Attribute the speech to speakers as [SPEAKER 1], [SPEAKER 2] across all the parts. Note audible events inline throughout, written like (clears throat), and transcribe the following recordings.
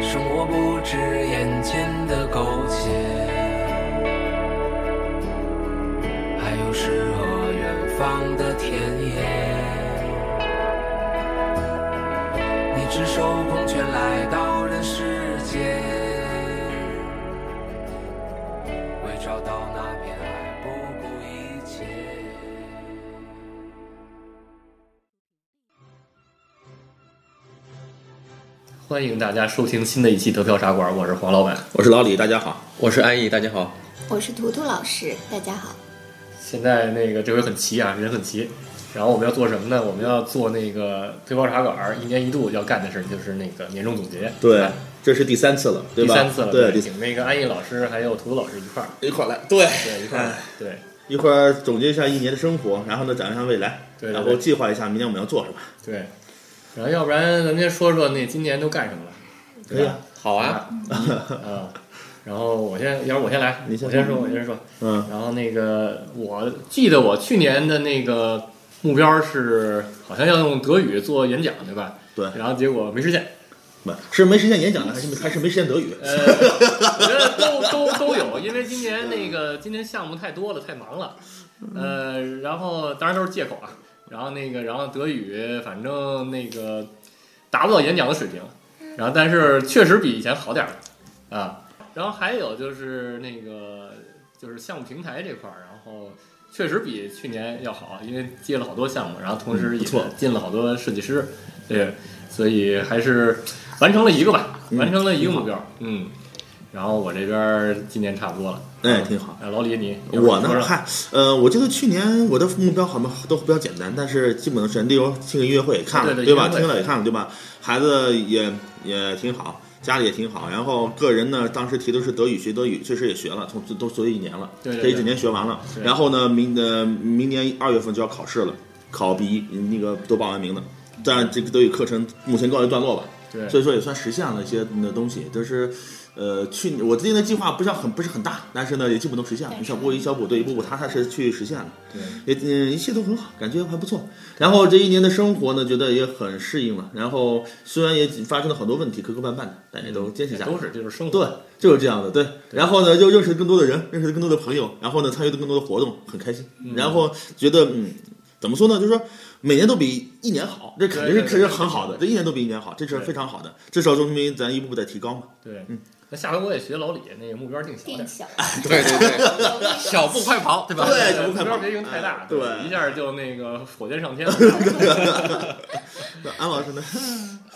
[SPEAKER 1] 生活不止眼前的苟且，还有诗和远方的田野。你赤手空拳来到人世间，为找到那片爱不顾一切。
[SPEAKER 2] 欢迎大家收听新的一期德飘茶馆，我是黄老板，
[SPEAKER 3] 我是老李，大家好。
[SPEAKER 4] 我是安逸，大家好。
[SPEAKER 5] 我是图图老师，大家好。
[SPEAKER 2] 现在那个这回很齐啊，人很齐。然后我们要做什么呢？我们要做那个推包茶馆儿一年一度要干的事，就是那个年终总结。
[SPEAKER 3] 对，这是第三次了，对
[SPEAKER 2] 第
[SPEAKER 3] 吧？
[SPEAKER 2] 三次了，
[SPEAKER 3] 对，第三
[SPEAKER 2] 请那个安逸老师还有涂老师一块儿，
[SPEAKER 3] 一块儿来，对，哎
[SPEAKER 2] 对，一块儿，对，
[SPEAKER 3] 一会儿总结一下一年的生活，然后呢，展望一下未来，
[SPEAKER 2] 对对
[SPEAKER 3] 然
[SPEAKER 2] 对
[SPEAKER 3] 后计划一下明年我们要做什么。
[SPEAKER 2] 对。然后要不然咱们先说说那今年都干什么了？
[SPEAKER 3] 可以啊，
[SPEAKER 4] 好啊，
[SPEAKER 2] 啊，然后我先，要不我先来，
[SPEAKER 3] 你先
[SPEAKER 2] 我先
[SPEAKER 3] 说
[SPEAKER 2] 说，我先说。
[SPEAKER 3] 嗯，
[SPEAKER 2] 然后那个，我记得我去年的那个目标是好像要用德语做演讲，对吧？
[SPEAKER 3] 对
[SPEAKER 2] 然后结果没实
[SPEAKER 3] (laughs)
[SPEAKER 2] 现。
[SPEAKER 3] 不是没实现演讲呢，还是没还是没实现德语？
[SPEAKER 2] 呃，我觉得都都都有，因为今年那个今年项目太多了，太忙了。呃，
[SPEAKER 3] 嗯
[SPEAKER 2] 然后当然都是借口啊。然后那个，然后德语反正那个达不到演讲的水平，然后但是确实比以前好点儿了啊。然后还有就是那个就是项目平台这块儿，然后确实比去年要好，因为接了好多项目，然后同时
[SPEAKER 3] 嗯
[SPEAKER 2] 也进了好多设计师，对，所以还是完成了一个吧，完成了一个目标，嗯。然后我这边儿今年差不多了，
[SPEAKER 3] 哎，挺好。
[SPEAKER 2] 啊，老李你
[SPEAKER 3] 我呢，，
[SPEAKER 2] 要
[SPEAKER 3] 嗨，呃，我记得去年我的目标好像都比较简单，但是基本上是例如听个音乐会也看了，
[SPEAKER 2] 对对
[SPEAKER 3] 吧？
[SPEAKER 2] 音乐会
[SPEAKER 3] 听了也看了，对吧？孩子也也挺好，家里也挺好，然后个人呢，当时提的是德语，学德语，确实也学了，从都学了一年了，
[SPEAKER 2] 对对
[SPEAKER 3] 这一
[SPEAKER 2] 对
[SPEAKER 3] 整年学完了。
[SPEAKER 2] 对
[SPEAKER 3] 然后呢，明呃明年二月份就要考试了，考 B 一那个都报完名了，但这个德语课程目前告一段落吧。
[SPEAKER 2] 对
[SPEAKER 3] 所以说也算实现了一些的东西，就是，呃，去我最近的计划不像很不是很大，但是呢也基本都实现了，一小步一小步，对，一步步踏踏实实去实现了，
[SPEAKER 2] 对
[SPEAKER 3] 也嗯一切都很好，感觉还不错。然后这一年的生活呢，觉得也很适应了，然后虽然也发生了很多问题，磕磕绊绊的，但也都坚持下
[SPEAKER 2] 嗯
[SPEAKER 3] 来。
[SPEAKER 2] 都是就是生活，
[SPEAKER 3] 哦对，就是这样的，对。然后呢，又认识更多的人，认识更多的朋友，然后呢，参与更多的活动，很开心。
[SPEAKER 2] 嗯
[SPEAKER 3] 然后觉得，嗯，怎么说呢？就是说，每年都比一年好，这肯定是
[SPEAKER 2] 对对对
[SPEAKER 3] 这是很好的，这一年都比一年好，这是非常好的。至少说明咱一步步在提高嘛。
[SPEAKER 2] 对，那下回我也学老李，那个目标定小点
[SPEAKER 5] 定
[SPEAKER 2] 儿，
[SPEAKER 5] 小，
[SPEAKER 4] 对对对，小步快跑，对吧？
[SPEAKER 3] 对
[SPEAKER 2] 对
[SPEAKER 3] 小步
[SPEAKER 2] 目
[SPEAKER 3] 快
[SPEAKER 2] 标
[SPEAKER 3] 跑
[SPEAKER 2] 别定太大，
[SPEAKER 3] 哎对
[SPEAKER 2] 一下就那个火箭上天了。
[SPEAKER 3] 那安老师呢？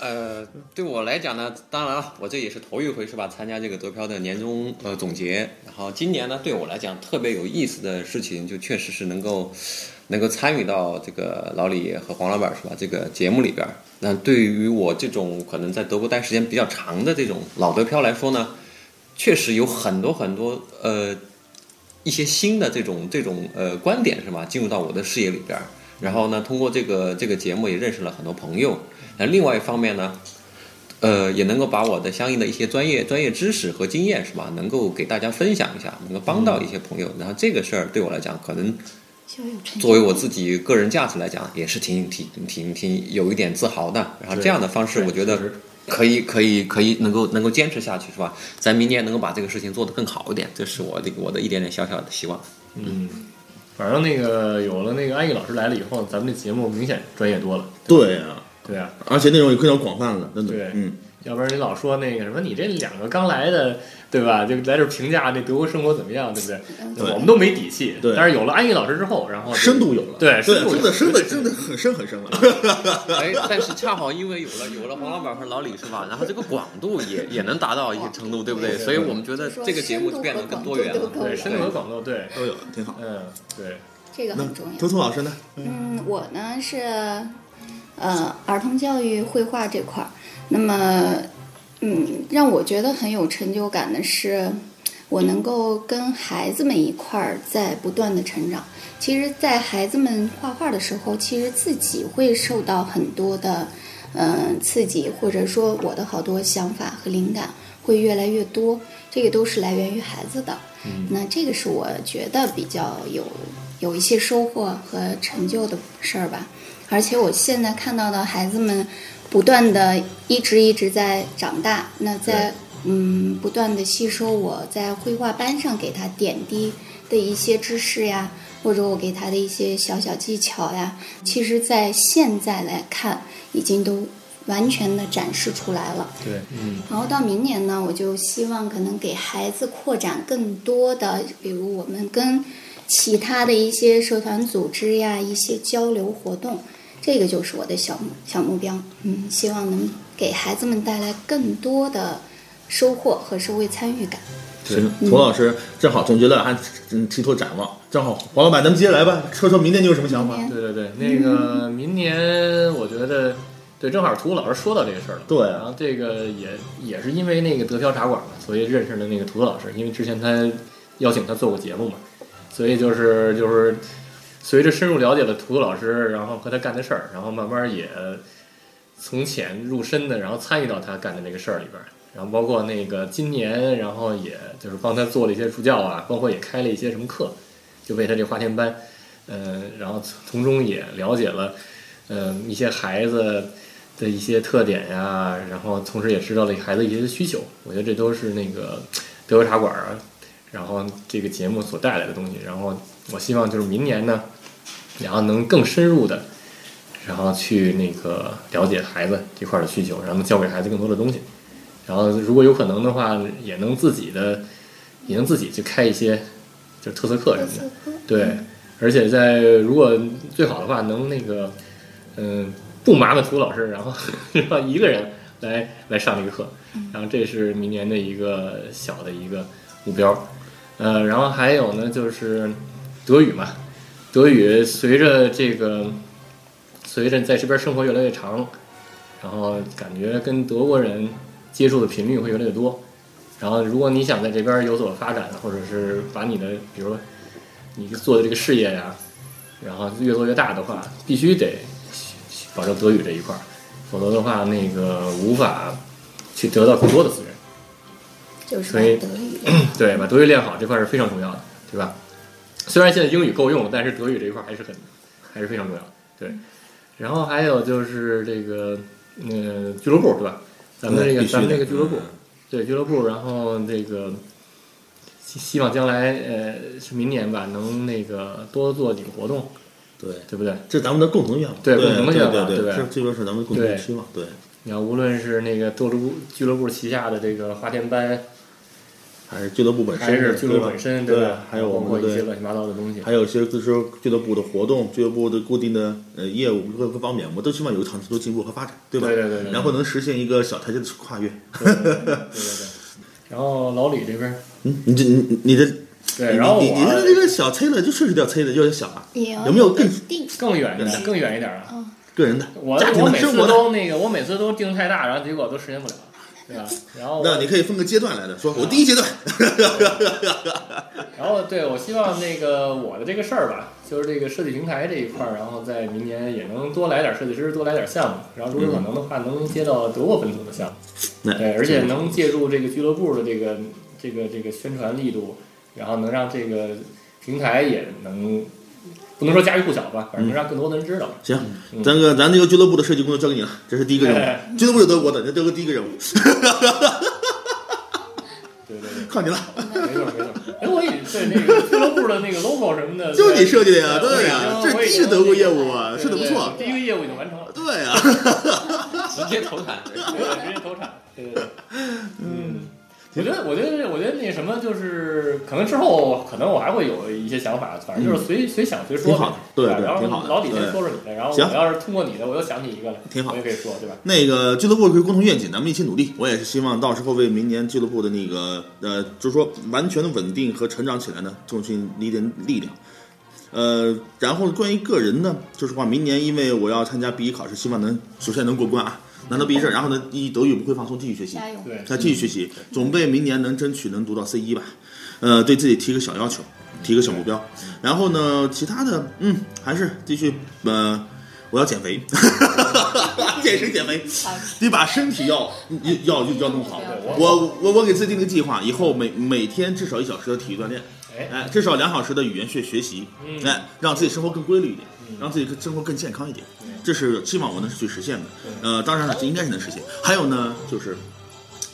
[SPEAKER 4] 呃，对我来讲呢，当然了，我这也是头一回是吧？参加这个德漂的年终呃总结，然后今年呢，对我来讲特别有意思的事情，就确实是能够能够参与到这个老李和黄老板是吧？这个节目里边儿，那对于我这种可能在德国待时间比较长的这种老德漂来说呢，确实有很多很多呃一些新的这种这种呃观点是吧？进入到我的视野里边儿。然后呢，通过这个这个节目也认识了很多朋友。那另外一方面呢，呃，也能够把我的相应的一些专业专业知识和经验是吧，能够给大家分享一下，能够帮到一些朋友。然后这个事儿对我来讲，可能
[SPEAKER 5] 小有成就。
[SPEAKER 4] 作为我自己个人价值来讲，也是挺挺挺挺有一点自豪的。然后这样的方式，
[SPEAKER 2] 对
[SPEAKER 4] 我觉得
[SPEAKER 2] 确实
[SPEAKER 4] 可以可以可以能够能够坚持下去，是吧？咱明年能够把这个事情做得更好一点，这是我的我的一点点小小的希望。
[SPEAKER 2] 嗯，反正那个有了那个安逸老师来了以后，咱们这节目明显专业多了。
[SPEAKER 3] 对啊，
[SPEAKER 2] 对啊，
[SPEAKER 3] 而且内容也更加广泛了，真的
[SPEAKER 2] 对。
[SPEAKER 3] 嗯，
[SPEAKER 2] 要不然你老说那个什么，你这两个刚来的，对吧？就来这评价那德国生活怎么样，对不对？
[SPEAKER 3] 对
[SPEAKER 2] 我们都没底气。
[SPEAKER 3] 对
[SPEAKER 2] 但是有了安逸老师之后，然后就
[SPEAKER 3] 深度有了，
[SPEAKER 2] 对
[SPEAKER 3] 对，
[SPEAKER 2] 深度有
[SPEAKER 3] 真
[SPEAKER 2] 了
[SPEAKER 3] 的深的真的很深很深了。
[SPEAKER 4] 哎，但是恰好因为有了有了黄老板和老李是吧？然后这个广度也也能达到一些程度，对不对？所以我们觉得这个节目就变得更多元了。
[SPEAKER 2] 对深度和广度，对，
[SPEAKER 3] 都有，挺好。
[SPEAKER 2] 嗯，对，
[SPEAKER 5] 这个
[SPEAKER 3] 那
[SPEAKER 5] 很重要
[SPEAKER 3] 图。图老师呢？
[SPEAKER 5] 嗯，我呢是，呃，儿童教育绘画这块儿。那么嗯，让我觉得很有成就感的是，我能够跟孩子们一块儿在不断的成长。其实，在孩子们画画的时候，其实自己会受到很多的，嗯、刺激，或者说我的好多想法和灵感会越来越多，这个都是来源于孩子的。那这个是我觉得比较有有一些收获和成就的事儿吧。而且我现在看到的孩子们不断的一直一直在长大，那在嗯不断的吸收我在绘画班上给他点滴的一些知识呀，或者我给他的一些小小技巧呀，其实，在现在来看，已经都完全的展示出来了。
[SPEAKER 2] 对，
[SPEAKER 5] 然后到明年呢，我就希望可能给孩子扩展更多的，比如我们跟其他的一些社团组织呀，一些交流活动，这个就是我的小目小目标。嗯，希望能给孩子们带来更多的收获和社会参与感。
[SPEAKER 3] 行，涂老师正好总结了，还嗯提出展望，正好黄老板，咱们接下来吧，说说明年你有什么想法？
[SPEAKER 5] 明年
[SPEAKER 2] 对对对，那个明年我觉得，对，正好涂老师说到这个事儿了。
[SPEAKER 3] 对啊
[SPEAKER 2] 然后这个也也是因为那个德飘茶馆嘛，所以认识了那个涂老师，因为之前他邀请他做过节目嘛，所以就是就是随着深入了解了涂老师，然后和他干的事儿，然后慢慢也从浅入深的，然后参与到他干的那个事儿里边儿。然后包括那个今年，然后也就是帮他做了一些助教啊，包括也开了一些什么课，就为他这花田班，嗯，然后从从中也了解了，嗯，一些孩子的一些特点呀、然后同时也知道了孩子一些需求。我觉得这都是那个德国茶馆啊，然后这个节目所带来的东西。然后我希望就是明年呢，然后能更深入的，然后去那个了解孩子这块儿的需求，然后能教给孩子更多的东西。然后如果有可能的话，也能自己的，也能自己去开一些就是特色课什么的。对，而且在如果最好的话，能那个，嗯、不麻烦涂老师，然后 (laughs) 让一个人来来上这个课，然后这是明年的一个小的一个目标，呃，然后还有呢就是德语嘛，德语随着这个随着在这边生活越来越长，然后感觉跟德国人接触的频率会越来越多，然后如果你想在这边有所发展，或者是把你的比如说你做的这个事业呀、然后越做越大的话，必须得保证德语这一块儿，否则的话那个无法去得到更多的资源。
[SPEAKER 5] 就是
[SPEAKER 2] 所以
[SPEAKER 5] 把德
[SPEAKER 3] (clears throat)
[SPEAKER 5] 语。
[SPEAKER 2] 对，把德语练好这块是非常重要的，对吧？虽然现在英语够用了，但是德语这一块还是很还是非常重要的。对，然后还有就是这个呃俱乐部对吧？咱们这
[SPEAKER 3] 嗯
[SPEAKER 2] 个
[SPEAKER 3] 必须的
[SPEAKER 2] 咱们这个俱乐部
[SPEAKER 4] 嗯，
[SPEAKER 2] 对俱乐部，然后这个希希望将来呃是明年吧，能那个多做几个活动，
[SPEAKER 3] 对，
[SPEAKER 2] 对不对？
[SPEAKER 3] 这是咱们的共同愿望，
[SPEAKER 2] 对
[SPEAKER 3] 对
[SPEAKER 2] 共同的愿望
[SPEAKER 3] 对
[SPEAKER 2] 对吧
[SPEAKER 3] 这这就是咱们共同的
[SPEAKER 2] 对
[SPEAKER 3] 期望，对，
[SPEAKER 2] 你看，无论是那个斗乐部俱乐部旗下的这个花田班，
[SPEAKER 3] 还是俱乐部本身，
[SPEAKER 2] 还是俱乐部
[SPEAKER 3] 对吧
[SPEAKER 2] 本身，
[SPEAKER 3] 对
[SPEAKER 2] 吧？
[SPEAKER 3] 还有我
[SPEAKER 2] 包括
[SPEAKER 3] 们
[SPEAKER 2] 一些
[SPEAKER 3] 的
[SPEAKER 2] 乱七八糟的
[SPEAKER 3] (laughs)
[SPEAKER 2] 东西，
[SPEAKER 3] 还有一些呃就是俱乐部的活动、俱乐部的固定的呃业务各个方面，我们都希望有长期的进步和发展，对吧？
[SPEAKER 2] 对对对对
[SPEAKER 3] 然后能实现一个小台阶的跨越。
[SPEAKER 2] 对对对对对。然后老李这边儿，
[SPEAKER 3] 嗯，你这你你的
[SPEAKER 2] 对，然后
[SPEAKER 3] 你你的这
[SPEAKER 2] 我
[SPEAKER 3] 个小推了就顺势掉推的有点小啊，
[SPEAKER 5] 也
[SPEAKER 3] 有没有更
[SPEAKER 5] 定？
[SPEAKER 2] 更远一点，
[SPEAKER 5] 对
[SPEAKER 2] 更远一点啊！
[SPEAKER 3] 个人的
[SPEAKER 2] 我
[SPEAKER 3] 家庭
[SPEAKER 2] 我
[SPEAKER 3] 的
[SPEAKER 2] 每
[SPEAKER 3] 生
[SPEAKER 2] 次
[SPEAKER 3] 活的？
[SPEAKER 2] 都那个，我每次都定太大，然后结果都实现不了，对
[SPEAKER 3] (laughs)
[SPEAKER 2] 吧？然后我
[SPEAKER 3] 那你可以分个阶段来的，说我第一阶段，
[SPEAKER 2] 然后对我希望那个我的这个事儿吧，就是这个设计平台这一块儿，然后在明年也能多来点设计师，多来点项目，然后如
[SPEAKER 3] 嗯
[SPEAKER 2] 果可能的话，能接到德国本土的项目，
[SPEAKER 3] (laughs) 那
[SPEAKER 2] (laughs) 对，而且能借助这个俱乐部的这个这个这个宣传力度，然后能让这个平台也能不能说家喻户晓吧，反正能让更多的人知道。
[SPEAKER 3] 行，嗯
[SPEAKER 2] 嗯
[SPEAKER 3] 咱个咱这个俱乐部的设计工作交给你了，这是第一个任
[SPEAKER 2] 哎
[SPEAKER 3] 务。俱乐部是德国的，这德国第一个任务，
[SPEAKER 2] 对对对。
[SPEAKER 3] 靠你了，
[SPEAKER 2] 没错没错，哎，我也对那个俱乐部的那个 logo 什么的，
[SPEAKER 3] 就是你设计的呀，
[SPEAKER 2] 对
[SPEAKER 3] 对呀，
[SPEAKER 2] 我
[SPEAKER 3] 这
[SPEAKER 2] 已经
[SPEAKER 3] 是第一个德国业务啊，
[SPEAKER 2] 对
[SPEAKER 3] 设的不
[SPEAKER 2] 对
[SPEAKER 3] 错，
[SPEAKER 2] 第一个业务已经完成了。
[SPEAKER 3] 对呀。
[SPEAKER 4] 直接投产。
[SPEAKER 3] (laughs)
[SPEAKER 2] 对，直接投产。对对对，嗯，我觉得，我觉得，我觉得那什么，就是可能之后，可能我还会有一些想法，反正就是随、随想随说呗。
[SPEAKER 3] 嗯挺好的对
[SPEAKER 2] 吧
[SPEAKER 3] 对
[SPEAKER 2] 然后
[SPEAKER 3] 挺好的
[SPEAKER 2] 老李先
[SPEAKER 3] 对
[SPEAKER 2] 说说你的，然后
[SPEAKER 3] 行
[SPEAKER 2] 我要是通过你的，我又想起一个来，
[SPEAKER 3] 挺好
[SPEAKER 2] 我也可以说，对吧？
[SPEAKER 3] 那个俱乐部可以共同愿景，咱们一起努力。我也是希望到时候为明年俱乐部的那个呃，就是说完全的稳定和成长起来呢，贡献一点力量。呃，然后关于个人呢，就是话，明年因为我要参加 B 一考试，希望能首先能过关啊。拿到毕业证，然后呢，一德语不会放松，继续学习，
[SPEAKER 5] 加油！
[SPEAKER 2] 对，
[SPEAKER 3] 他继续学习，准备明年能争取能读到 C 一吧，呃，对自己提个小要求，提个小目标，然后呢，其他的，嗯，还是继续，呃，我要减肥， (laughs) 健身减肥，
[SPEAKER 5] 好，
[SPEAKER 3] 你把身体要要要要弄好
[SPEAKER 2] 我
[SPEAKER 5] 对。
[SPEAKER 3] 我我我给自己定个计划，以后每每天至少一小时的体育锻炼，
[SPEAKER 2] 哎，
[SPEAKER 3] 哎，至少两小时的语言学学习，
[SPEAKER 2] 嗯
[SPEAKER 3] 哎，让自己生活更规律一点，让自己更生活更健康一点，
[SPEAKER 2] 嗯
[SPEAKER 3] 这是期望我能去实现的。呃，当然了，这应该是能实现。还有呢，就是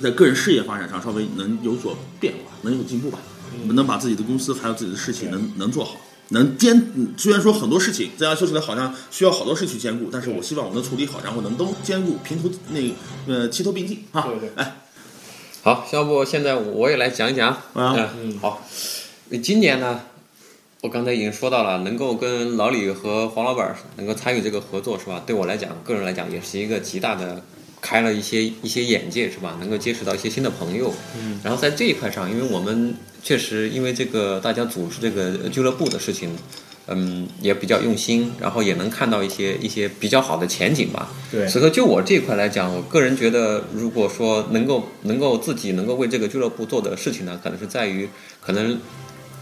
[SPEAKER 3] 在个人事业发展上稍微能有所变化，能有进步吧，
[SPEAKER 2] 嗯
[SPEAKER 3] 能把自己的公司还有自己的事情能能做好。能兼，嗯虽然说很多事情在家休息来好像需要好多事去兼顾，但是我希望我能处理好，然后能都兼顾，平头那呃齐头并进啊！
[SPEAKER 2] 对对
[SPEAKER 3] 哎，
[SPEAKER 4] 好，要不现在我也来讲一讲
[SPEAKER 3] 啊
[SPEAKER 4] 嗯，好，今年呢，我刚才已经说到了，能够跟老李和黄老板能够参与这个合作，是吧？对我来讲，个人来讲，也是一个极大的开了一些一些眼界，是吧？能够接触到一些新的朋友。嗯。然后在这一块上，因为我们确实因为这个大家组织这个俱乐部的事情，嗯，也比较用心，然后也能看到一些一些比较好的前景吧。
[SPEAKER 2] 对
[SPEAKER 4] 所以说，就我这一块来讲，我个人觉得，如果说能够能够自己能够为这个俱乐部做的事情呢，可能是在于可能。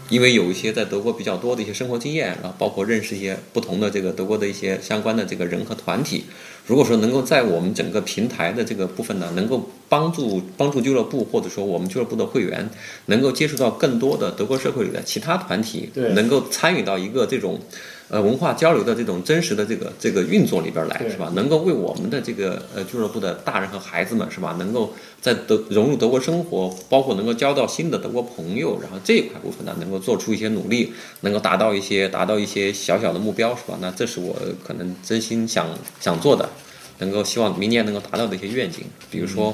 [SPEAKER 4] 因为有一些在德国比较多的一些生活经验，然后包括认识一些不同的这个德国的一些相关的这个人和团体，如果说能够在我们整个平台的这个部分呢，能够帮助帮助俱乐部或者说我们俱乐部的会员，能够接触到更多的德国社会里的其他团体，
[SPEAKER 2] 对
[SPEAKER 4] 能够参与到一个这种。呃，文化交流的这种真实的这个这个运作里边来
[SPEAKER 2] 对
[SPEAKER 4] 是吧？能够为我们的这个呃俱乐部的大人和孩子们是吧，能够在德融入德国生活，包括能够交到新的德国朋友，然后这一块部分呢，能够做出一些努力，能够达到一些达到一些小小的目标是吧？那这是我可能真心想想做的，能够希望明年能够达到的一些愿景，比如说。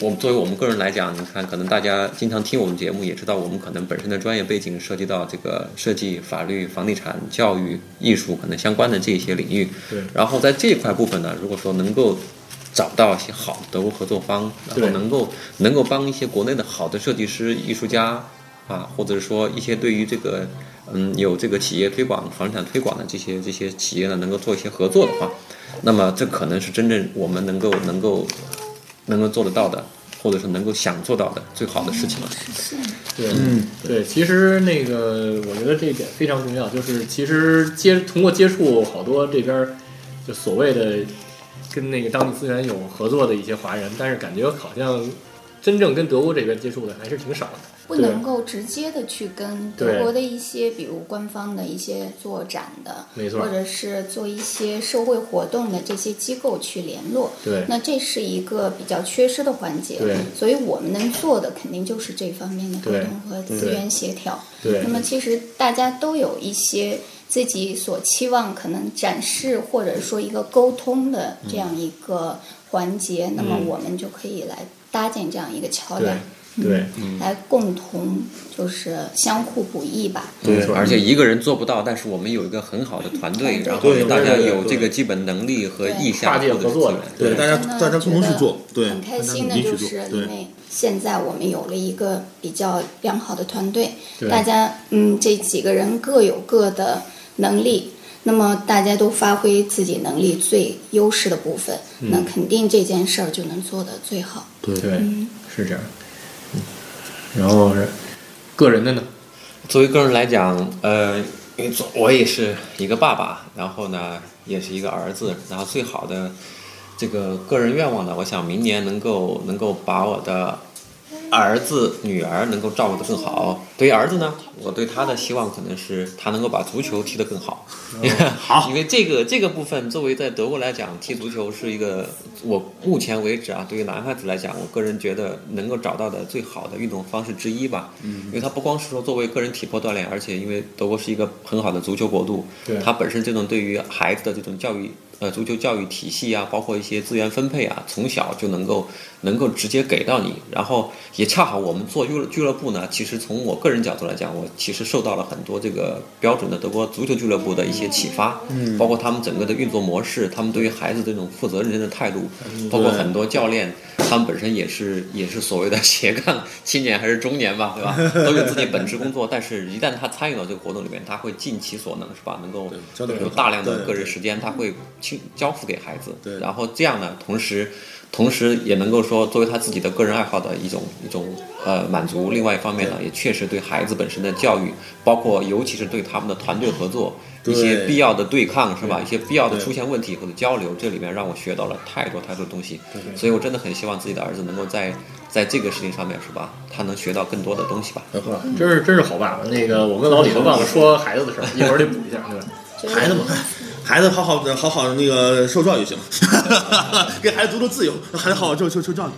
[SPEAKER 4] 我们作为我们个人来讲，你看，可能大家经常听我们节目，也知道我们可能本身的专业背景涉及到这个设计、法律、房地产、教育、艺术可能相关的这些领域。
[SPEAKER 2] 对
[SPEAKER 4] 然后在这一块部分呢，如果说能够找到一些好的德国合作方，然
[SPEAKER 2] 对
[SPEAKER 4] 后能够能够帮一些国内的好的设计师、艺术家啊，或者说一些对于这个嗯有这个企业推广、房地产推广的这些这些企业呢，能够做一些合作的话，那么这可能是真正我们能够能够能够做得到的，或者是能够想做到的最好的事情了。
[SPEAKER 5] 是
[SPEAKER 2] 对，嗯，对，其实那个我觉得这一点非常重要，就是其实接通过接触好多这边儿就所谓的跟那个当地资源有合作的一些华人，但是感觉好像真正跟德国这边接触的还是挺少的。
[SPEAKER 5] 不
[SPEAKER 2] 对
[SPEAKER 5] 能够直接的去跟
[SPEAKER 2] 对
[SPEAKER 5] 德国的一些，比如官方的一些做展的，
[SPEAKER 2] 没错
[SPEAKER 5] 或者是做一些社会活动的这些机构去联络。
[SPEAKER 2] 对
[SPEAKER 5] 那这是一个比较缺失的环节。
[SPEAKER 2] 对
[SPEAKER 5] 所以我们能做的肯定就是这方面的沟
[SPEAKER 2] 对
[SPEAKER 5] 通和资源协调。
[SPEAKER 2] 对
[SPEAKER 5] 那么其实大家都有一些自己所期望可能展示或者说一个沟通的
[SPEAKER 2] 嗯
[SPEAKER 5] 这样一个环节，那么我们就可以来搭建这样一个桥
[SPEAKER 2] 对
[SPEAKER 5] 梁。
[SPEAKER 2] 对，
[SPEAKER 3] 嗯
[SPEAKER 5] 来共同就是相互补益吧。
[SPEAKER 2] 没错
[SPEAKER 4] 而且一个人做不到，但是我们有一个很好的团
[SPEAKER 5] 团队
[SPEAKER 4] 队，然后
[SPEAKER 3] 对
[SPEAKER 4] 大家
[SPEAKER 3] 对对
[SPEAKER 4] 有
[SPEAKER 3] 对
[SPEAKER 4] 这个基本能力和意向，
[SPEAKER 2] 跨界
[SPEAKER 4] 或者
[SPEAKER 2] 合作
[SPEAKER 4] 是
[SPEAKER 2] 的
[SPEAKER 4] 资
[SPEAKER 2] 对
[SPEAKER 4] 源
[SPEAKER 3] 对，大家
[SPEAKER 5] 真的
[SPEAKER 3] 大家共同去
[SPEAKER 5] 觉得
[SPEAKER 3] 做，对，
[SPEAKER 5] 很开
[SPEAKER 3] 大家
[SPEAKER 5] 心的
[SPEAKER 3] 努力
[SPEAKER 5] 就
[SPEAKER 3] 去做
[SPEAKER 5] 是因
[SPEAKER 3] 对。
[SPEAKER 5] 为现在我们有了一个比较良好的团队
[SPEAKER 2] 对，
[SPEAKER 5] 大家嗯这几个人各有各的能力，那么大家都发挥自己能力最优势的部分，
[SPEAKER 3] 嗯
[SPEAKER 5] 那肯定这件事儿就能做得最好。
[SPEAKER 2] 对，是这样。嗯然后是个人的呢，
[SPEAKER 4] 作为个人来讲，呃，因为做我也是一个爸爸，然后呢，也是一个儿子，然后最好的这个个人愿望呢，我想明年能够能够把我的儿子、女儿能够照顾得更好。对于儿子呢，我对他的希望可能是他能够把足球踢得更好。好，因为这个这个部分，作为在德国来讲，踢足球是一个我目前为止啊，对于男孩子来讲，我个人觉得能够找到的最好的运动方式之一吧。嗯，因为它不光是说作为个人体魄锻炼，而且因为德国是一个很好的足球国度，
[SPEAKER 2] 对
[SPEAKER 4] 它本身这种对于孩子的这种教育。呃，足球教育体系啊，包括一些资源分配啊，从小就能够能够直接给到你，然后也恰好我们做俱乐俱乐部呢，其实从我个人角度来讲，我其实受到了很多这个标准的德国足球俱乐部的一些启发，嗯，包括他们整个的运作模式，他们对于孩子这种负责任的态度，包括很多教练，他们本身也是也是所谓的斜杠青年还是中年吧，对
[SPEAKER 3] (laughs)
[SPEAKER 4] 吧？都有自己本职工作，但是一旦他参与到这个活动里面，他会尽其所能，是吧？能够
[SPEAKER 3] 交流
[SPEAKER 4] 有大量的
[SPEAKER 3] 对
[SPEAKER 4] 个人
[SPEAKER 3] 对
[SPEAKER 4] 时间，他会去交付给孩子，
[SPEAKER 3] 对
[SPEAKER 4] 然后这样呢，同时。同时也能够说，作为他自己的个人爱好的一种一种呃满足。另外一方面呢，也确实对孩子本身的教育，包括尤其是对他们的团队合作一些
[SPEAKER 3] 对
[SPEAKER 4] 必要的对抗，是吧？一些必要的
[SPEAKER 3] 对
[SPEAKER 4] 出现问题或者交流，这里面让我学到了太多太多东西。所以我真的很希望自己的儿子能够在在这个事情上面，是吧？他能学到更多的东西吧。
[SPEAKER 2] 很好，真是真是好爸爸。那个我跟老李都忘了说孩子的事 (laughs) 儿，一会儿得补一下，对吧？
[SPEAKER 3] 孩子嘛，
[SPEAKER 5] 嗯
[SPEAKER 3] 孩子好好的好好的那个受教育就行， (laughs) 给孩子足够自由，孩子好好受受受教育。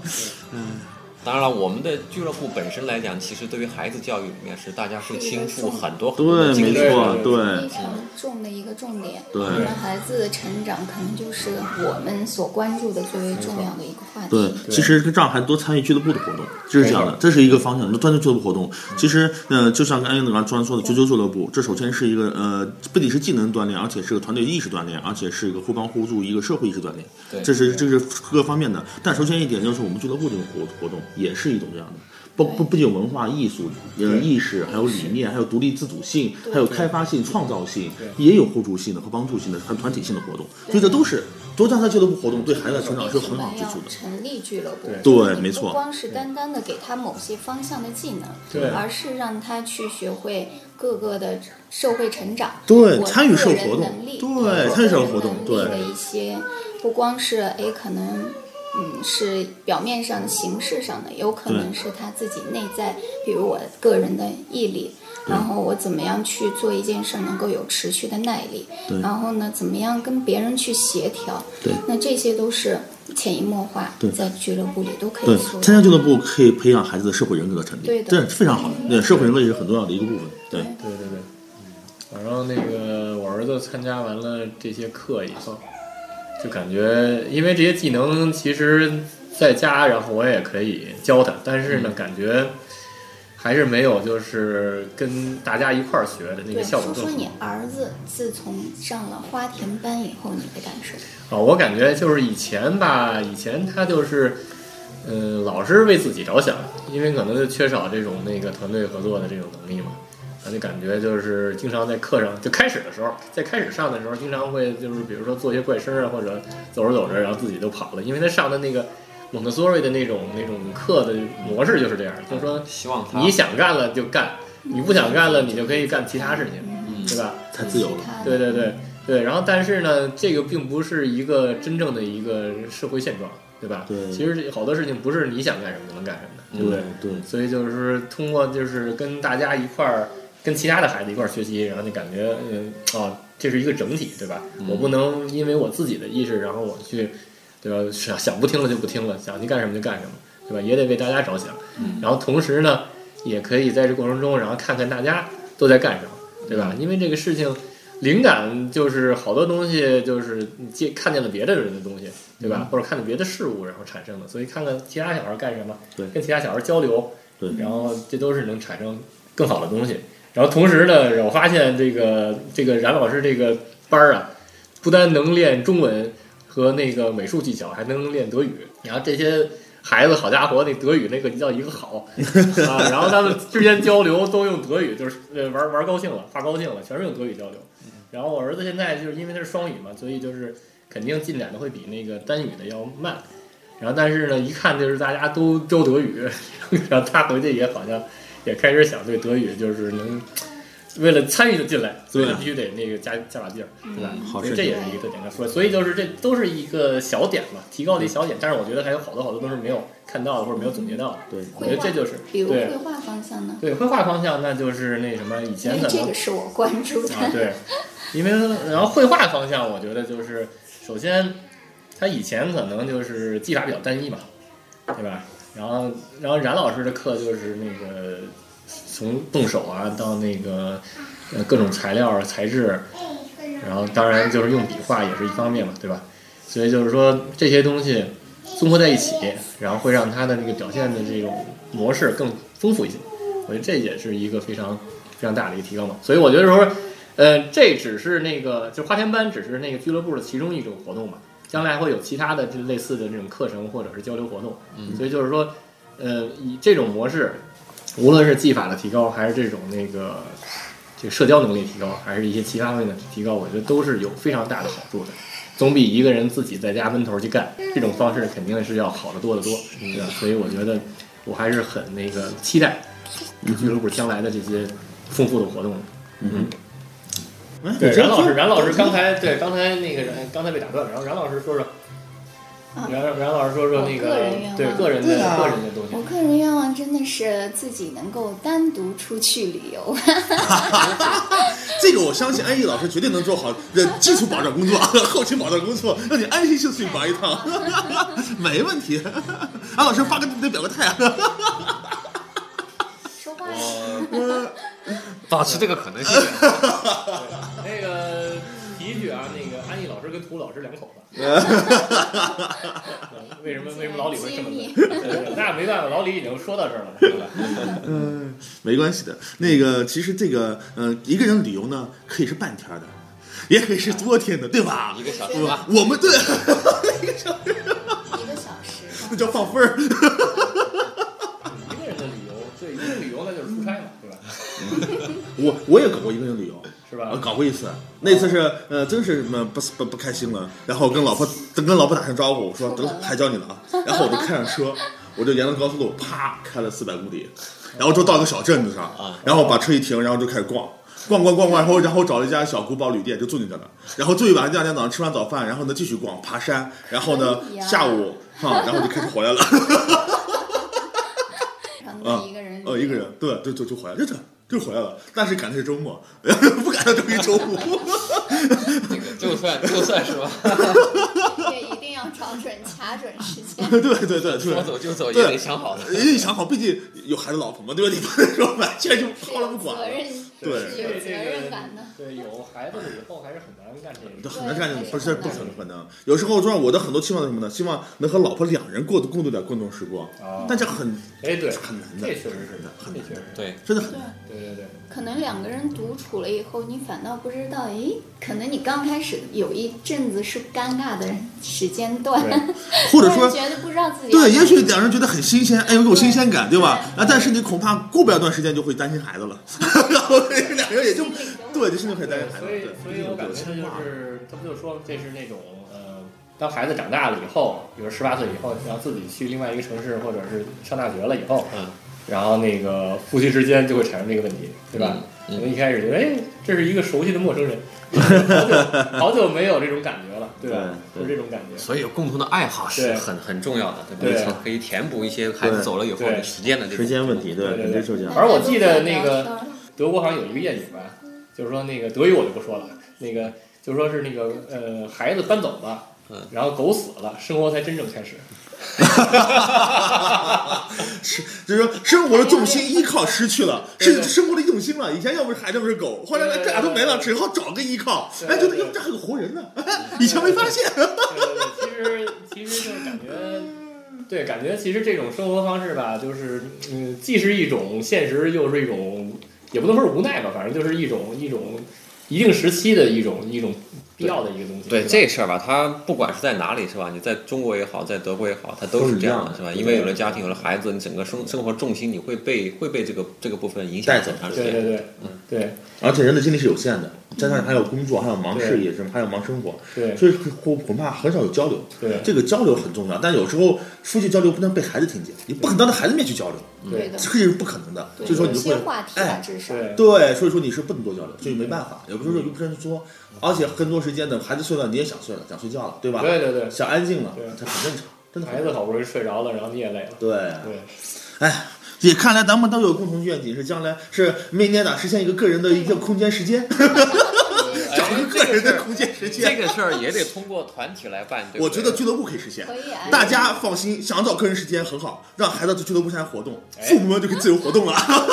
[SPEAKER 4] 当然了，我们的俱乐部本身来讲，其实对于孩子教育里面是大家会倾覆很多很多的精
[SPEAKER 3] 没
[SPEAKER 4] 力。
[SPEAKER 3] 错，
[SPEAKER 5] 非
[SPEAKER 3] 对
[SPEAKER 5] 常重的一个重点。
[SPEAKER 3] 哎对
[SPEAKER 5] 我们孩子的成长，可能就是我们所关注的最为重要的一个话题。
[SPEAKER 3] 对，其实让孩子多参与俱乐部的活动，就是这样的，这是一个方向。多参与俱乐部活动，其实呃，就像刚才刚刚说的，足球俱乐部，这首先是一个呃，不仅是技能锻炼，而且是个团队意识锻炼，而且是一个互帮互助、一个社会意识锻炼。
[SPEAKER 4] 对
[SPEAKER 3] 这是这是各个方面的。但首先一点就是，我们俱乐部这种活活动也是一种这样的。不不不仅有文化艺术、呃意识，还有理念，还有独立自主性，还有开发性、创造性，也有互助性的和帮助性的、还有团体性的活动，所以这都是多参加俱乐部活动对孩子的成长是有很好之
[SPEAKER 5] 要
[SPEAKER 3] 处的。
[SPEAKER 5] 成立俱乐部，
[SPEAKER 3] 对
[SPEAKER 5] 就是你
[SPEAKER 3] 没错
[SPEAKER 5] 不光是单单的给他某些方向的技能，
[SPEAKER 2] 对
[SPEAKER 5] 而是让他去学会各个的社会成长，
[SPEAKER 3] 对
[SPEAKER 5] 我
[SPEAKER 3] 参与社会
[SPEAKER 5] 个人
[SPEAKER 3] 活动
[SPEAKER 5] 能力
[SPEAKER 3] 对
[SPEAKER 5] 我个人
[SPEAKER 3] 参与社会活动
[SPEAKER 5] 能力
[SPEAKER 3] 对
[SPEAKER 5] 的一些不光是哎可能。嗯，是表面上、形式上的，有可能
[SPEAKER 3] 对
[SPEAKER 5] 是他自己内在，比如我个人的毅力，然后我怎么样去做一件事儿能够有持续的耐力
[SPEAKER 3] 对，
[SPEAKER 5] 然后呢，怎么样跟别人去协调，
[SPEAKER 3] 对
[SPEAKER 5] 那这些都是潜移默化
[SPEAKER 3] 对，
[SPEAKER 5] 在俱乐部里都可
[SPEAKER 3] 对
[SPEAKER 5] 以，做
[SPEAKER 3] 参加俱乐部可以培养孩子的社会人格的成立，
[SPEAKER 5] 对的嗯
[SPEAKER 3] 这是非常好的。对，社会人格也是很重要的一个部分。对，
[SPEAKER 2] 对对对。反正那个我儿子参加完了这些课以后，就感觉因为这些技能其实在家，然后我也可以教他，但是呢，感觉还是没有就是跟大家一块儿学的那个
[SPEAKER 5] 对，
[SPEAKER 2] 效
[SPEAKER 5] 说
[SPEAKER 2] 果更
[SPEAKER 5] 说
[SPEAKER 2] 好。
[SPEAKER 5] 你儿子自从上了花田班以后，你的感受？
[SPEAKER 2] 啊，我感觉就是以前吧，以前他就是，嗯、老是为自己着想，因为可能就缺少这种那个团队合作的这种能力嘛，他就感觉就是经常在课上，就开始的时候，在开始上的时候，经常会就是比如说做一些怪声啊，或者走着走着，然后自己就跑了，因为他上的那个蒙特梭利的那种那种课的模式就是这样，就是说
[SPEAKER 4] 希望他
[SPEAKER 2] 你想干了就干，你不想干了你就可以干其他事情，对吧？
[SPEAKER 3] 太自由了。
[SPEAKER 5] 他
[SPEAKER 2] 对对对对，然后但是呢，这个并不是一个真正的一个社会现状，对吧？
[SPEAKER 3] 对
[SPEAKER 2] 其实这好多事情不是你想干什么就能干什么
[SPEAKER 5] 嗯
[SPEAKER 2] 的，对不对？
[SPEAKER 3] 对，
[SPEAKER 2] 所以就是通过就是跟大家一块儿，跟其他的孩子一块儿学习，然后你感觉嗯哦，这是一个整体，对吧？我不能因为我自己的意识，然后我去，对吧？想想不听了就不听了，想去干什么就干什么，对吧？也得为大家着想，然后同时呢，也可以在这过程中，然后看看大家都在干什么，对吧？因为这个事情。灵感就是好多东西，就是你见看见了别的人的东西，对吧？或者看见别的事物，然后产生的。所以看看其他小孩干什么，
[SPEAKER 3] 对
[SPEAKER 2] 跟其他小孩交流，
[SPEAKER 3] 对
[SPEAKER 2] 然后这都是能产生更好的东西。然后同时呢，我发现这个这个冉老师这个班儿啊，不单能练中文和那个美术技巧，还能练德语。然后这些孩子，好家伙，那德语那个一叫一个好啊！然后他们之间交流都用德语，就是呃玩玩高兴了，发高兴了，全是用德语交流。然后我儿子现在就是因为他是双语嘛，所以就是肯定进展的会比那个单语的要慢。然后但是呢，一看就是大家都都德语， (laughs) 然后他回去也好像也开始想对德语就是能为了参与的进来，所
[SPEAKER 3] 对啊
[SPEAKER 2] 以必须得那个加加把劲儿，对
[SPEAKER 5] 嗯
[SPEAKER 2] 吧？
[SPEAKER 3] 好
[SPEAKER 2] 所以
[SPEAKER 3] 事
[SPEAKER 2] 这
[SPEAKER 3] 情
[SPEAKER 2] 也是一个点来说，所以就是这都是一个小点嘛，提高的一小点，但是我觉得还有好多好多都是没有看到的或者没有总结到的。
[SPEAKER 3] 对
[SPEAKER 2] 我觉得这就是
[SPEAKER 5] 比如
[SPEAKER 2] 对
[SPEAKER 5] 绘画方向呢？
[SPEAKER 2] 对绘画方向，那就是那什么以
[SPEAKER 5] 因
[SPEAKER 2] 前
[SPEAKER 5] 为
[SPEAKER 2] 可
[SPEAKER 5] 这
[SPEAKER 2] 能
[SPEAKER 5] 个是我关注的。
[SPEAKER 2] 啊，对，因为然后绘画方向，我觉得就是首先，他以前可能就是技法比较单一嘛，对吧？然后然后冉老师的课就是那个从动手啊到那个呃各种材料啊材质，然后当然就是用笔画也是一方面嘛，对吧？所以就是说这些东西综合在一起，然后会让他的那个表现的这种模式更丰富一些。我觉得这也是一个非常非常大的一个提高嘛。所以我觉得说，呃，这只是那个就花田班只是那个俱乐部的其中一种活动嘛。将来会有其他的这类似的这种课程或者是交流活动。所以就是说，呃，以这种模式，无论是技法的提高，还是这种那个这社交能力提高，还是一些其他方面的提高，我觉得都是有非常大的好处的。总比一个人自己在家闷头去干，这种方式肯定是要好得多得多，对吧？所以我觉得我还是很那个期待俱乐部将来的这些丰富的活动的。
[SPEAKER 3] 哎
[SPEAKER 2] 对，
[SPEAKER 3] 你这
[SPEAKER 2] 冉老师，
[SPEAKER 3] 这
[SPEAKER 2] 冉老师刚才对刚才那个冉刚才被打断，然后冉老师说说，
[SPEAKER 5] 啊
[SPEAKER 2] 冉冉老师说说那
[SPEAKER 5] 我个人愿
[SPEAKER 2] 个
[SPEAKER 5] 望
[SPEAKER 2] 对个人的
[SPEAKER 5] 对啊
[SPEAKER 2] 个人的东西
[SPEAKER 5] 我，个人愿望真的是自己能够单独出去旅
[SPEAKER 2] (laughs)
[SPEAKER 5] 游，
[SPEAKER 3] 这个我相信安逸老师绝对能做好呃基础保障工作、后勤保障工作，让你安心去玩一趟， (laughs) 没问题。 (laughs) 安老师发个得表个态啊！ (laughs)
[SPEAKER 5] 说话呀。
[SPEAKER 2] 哦
[SPEAKER 6] 保持这个可能性。
[SPEAKER 2] 那个提一句啊，那个安逸老师跟涂老师两口子，嗯 (laughs) 为什么为什么老李会这么
[SPEAKER 5] 揭秘
[SPEAKER 2] 问？对对那没办法，老李已经说到这儿了，对吧？
[SPEAKER 3] 嗯，没关系的。那个其实这个呃，一个人旅游呢，可以是半天儿的，也可以是多天的，对吧
[SPEAKER 4] 一？个小时吧。
[SPEAKER 3] 我我们对， (laughs)
[SPEAKER 5] 一个小时。
[SPEAKER 3] 那叫放分儿。
[SPEAKER 2] (laughs) 一个人的旅游，对一个人旅游那就是出差嘛，对吧？
[SPEAKER 3] 我我也搞过一个人旅游，
[SPEAKER 2] 是吧
[SPEAKER 3] 呃搞过一次，那次是呃，真是嗯不不不开心了，然后跟老婆跟老婆打声招呼，我说得了，还叫你了啊，然后我就开上车，我就沿着高速路啪开了四百公里，然后就到一个小镇子上，
[SPEAKER 2] 啊
[SPEAKER 3] 然后把车一停，然后就开始逛。逛逛逛逛，然后然后找了一家小古堡旅店，就住进去了。然后住一晚，第二天早上吃完早饭，然后呢继续逛爬山，然后呢
[SPEAKER 5] 可以呀
[SPEAKER 3] 下午哈、然后就开始回来了。
[SPEAKER 5] 然
[SPEAKER 3] (laughs) 啊
[SPEAKER 5] 后一个人旅游，
[SPEAKER 3] 呃，一个人，对对对，就回来，就这就回来了。但是赶的是周末， (laughs) 不赶的周一周五。 (laughs)
[SPEAKER 4] 这个就算就算是吧，
[SPEAKER 5] 对，一定要找准卡准时间。
[SPEAKER 3] 对对对对呃
[SPEAKER 4] 说，走就走也
[SPEAKER 3] 对
[SPEAKER 4] 得想好了。
[SPEAKER 3] 人家想好，毕竟有孩子、老婆嘛，对吧？你不能说完全就抛了不管
[SPEAKER 5] 责
[SPEAKER 3] 了。
[SPEAKER 5] 任
[SPEAKER 3] 对
[SPEAKER 5] 是有责任感的。
[SPEAKER 2] 对，有孩子了以后还是很难干这
[SPEAKER 3] 就
[SPEAKER 2] 个事。
[SPEAKER 3] 很难干这种，不是不可能，不可能。有时候就让我的很多期望是什么呢？希望能和老婆两人过共度点共同时光，
[SPEAKER 2] 啊
[SPEAKER 3] 但这很
[SPEAKER 2] 哎，对，
[SPEAKER 3] 很难
[SPEAKER 2] 这
[SPEAKER 3] 的，
[SPEAKER 2] 确实是的，这确实是，
[SPEAKER 4] 对，
[SPEAKER 3] 真的很难。
[SPEAKER 2] 对对对。
[SPEAKER 5] 可能两个人独处了以后，你反倒不知道，诶，可能你刚开始有一阵子是尴尬的时间段， (laughs)
[SPEAKER 3] 或者说
[SPEAKER 5] 突然觉得不知道自己
[SPEAKER 3] 对，也许两人觉得很新鲜，哎呦，有新鲜感，对吧？啊，但是你恐怕过不了段时间就会担心孩子了， (laughs) 然后两个人也就对，就心里开始担心孩子
[SPEAKER 2] 所
[SPEAKER 3] 了。
[SPEAKER 2] 以
[SPEAKER 3] 对，，
[SPEAKER 2] 所以我感觉
[SPEAKER 3] 这
[SPEAKER 2] 他
[SPEAKER 3] 种
[SPEAKER 2] 就
[SPEAKER 3] 话
[SPEAKER 2] 是，他不就说这是那种呃，当孩子长大了以后，比如十八岁以后，然后自己去另外一个城市，或者是上大学了以后，
[SPEAKER 4] 嗯，
[SPEAKER 2] 然后那个夫妻之间就会产生这个问题，对吧？
[SPEAKER 4] 嗯嗯
[SPEAKER 2] 因为一开始觉得，哎，这是一个熟悉的陌生
[SPEAKER 3] (laughs)
[SPEAKER 2] 人，好久好久没有这种感觉了，对吧？
[SPEAKER 3] 对
[SPEAKER 2] 就是这种感觉。
[SPEAKER 6] 所以有共同的爱好是
[SPEAKER 2] 对
[SPEAKER 4] 很很重要的，对吧？
[SPEAKER 2] 对
[SPEAKER 4] 你才可以填补一些孩子走了以后
[SPEAKER 2] 对
[SPEAKER 4] 的时间的这
[SPEAKER 3] 时
[SPEAKER 4] 种。
[SPEAKER 3] 间问题，对，
[SPEAKER 2] 对对
[SPEAKER 3] 肯定是这样。
[SPEAKER 2] 而我记得那个
[SPEAKER 5] 大家都在聊天儿
[SPEAKER 2] 德国好像有一个谚语吧，就是说那个德语我就不说了，那个就是说是那个呃，孩子搬走了。
[SPEAKER 4] 嗯
[SPEAKER 2] 然后狗死了，生活才真正开始。
[SPEAKER 3] 就是说生活的重心依靠失去了，
[SPEAKER 2] 对
[SPEAKER 3] 是生活的重心了。以前要不是孩子，要不是狗，后来
[SPEAKER 2] 对对
[SPEAKER 3] 这
[SPEAKER 2] 对
[SPEAKER 3] 俩都没了，只好找个依靠。
[SPEAKER 2] 对
[SPEAKER 3] 哎，
[SPEAKER 2] 对
[SPEAKER 3] 觉
[SPEAKER 2] 对
[SPEAKER 3] 得哟，这还有活人呢，以前没发现。
[SPEAKER 2] 对对对，其实其实就是感觉，对，感觉其实这种生活方式吧，就是嗯，既是一种现实，又是一种，也不能说是无奈吧，反正就是一种一种一定时期的一种一种必要的一个东西。
[SPEAKER 4] 对
[SPEAKER 2] 吧
[SPEAKER 4] 这事儿吧，他不管是在哪里，是吧？你在中国也好，在德国也好，他都是这样
[SPEAKER 3] 都
[SPEAKER 4] 的，
[SPEAKER 3] 是
[SPEAKER 4] 是
[SPEAKER 3] 一样的
[SPEAKER 4] 吧？因为有了家庭，有了孩子，你整个生生活重心，你会被会被这个这个部分影响
[SPEAKER 3] 带走
[SPEAKER 4] 很长时
[SPEAKER 2] 对对
[SPEAKER 4] 间。
[SPEAKER 2] 对，
[SPEAKER 3] 嗯
[SPEAKER 2] 对
[SPEAKER 3] 而且人的精力是有限的，加上还有工作，还有忙
[SPEAKER 2] 嗯对
[SPEAKER 3] 事业什么，还有忙生活，
[SPEAKER 2] 对
[SPEAKER 3] 所以恐恐怕很少有交流。
[SPEAKER 2] 对
[SPEAKER 3] 这个交流很重要，但有时候夫妻交流不能被孩子听见，你不可能当着孩子面去交流，
[SPEAKER 5] 对的，
[SPEAKER 3] 这个是不可能的。所
[SPEAKER 5] 对
[SPEAKER 3] 以说你
[SPEAKER 5] 有
[SPEAKER 3] 就
[SPEAKER 5] 些
[SPEAKER 3] 会
[SPEAKER 5] 话题吧
[SPEAKER 3] 哎，，
[SPEAKER 5] 至少。
[SPEAKER 2] 对
[SPEAKER 3] 对，所以说你是不能多
[SPEAKER 2] 嗯
[SPEAKER 3] 交流，所以没办法，也不是说又不能说，而且很多时间等孩子睡了，你也想睡了，想睡觉了，对吧？
[SPEAKER 2] 对对对，
[SPEAKER 3] 想安静了
[SPEAKER 2] 对，
[SPEAKER 3] 这很正常，真的
[SPEAKER 2] 孩
[SPEAKER 3] 很正
[SPEAKER 2] 子
[SPEAKER 3] 常。
[SPEAKER 2] 好不容易睡着了，然后你也累了。
[SPEAKER 3] 对， (laughs)
[SPEAKER 2] 对，
[SPEAKER 3] 哎，也看来咱们都有共同愿景，是将来是每年哪实现一个个人的一个空间
[SPEAKER 2] (laughs)
[SPEAKER 3] 时间，找一个哎个人的空间时
[SPEAKER 4] 这
[SPEAKER 3] 间。
[SPEAKER 4] 个事儿也得通过团体来办，对不对
[SPEAKER 3] (laughs) 我觉得俱乐部可以实现
[SPEAKER 5] 可，以啊，
[SPEAKER 3] 大家放心，想找个人时间很好，让孩子去俱乐部参加活动，
[SPEAKER 2] 哎
[SPEAKER 3] 父母们就可以自由
[SPEAKER 2] (laughs)
[SPEAKER 3] 活动了。哎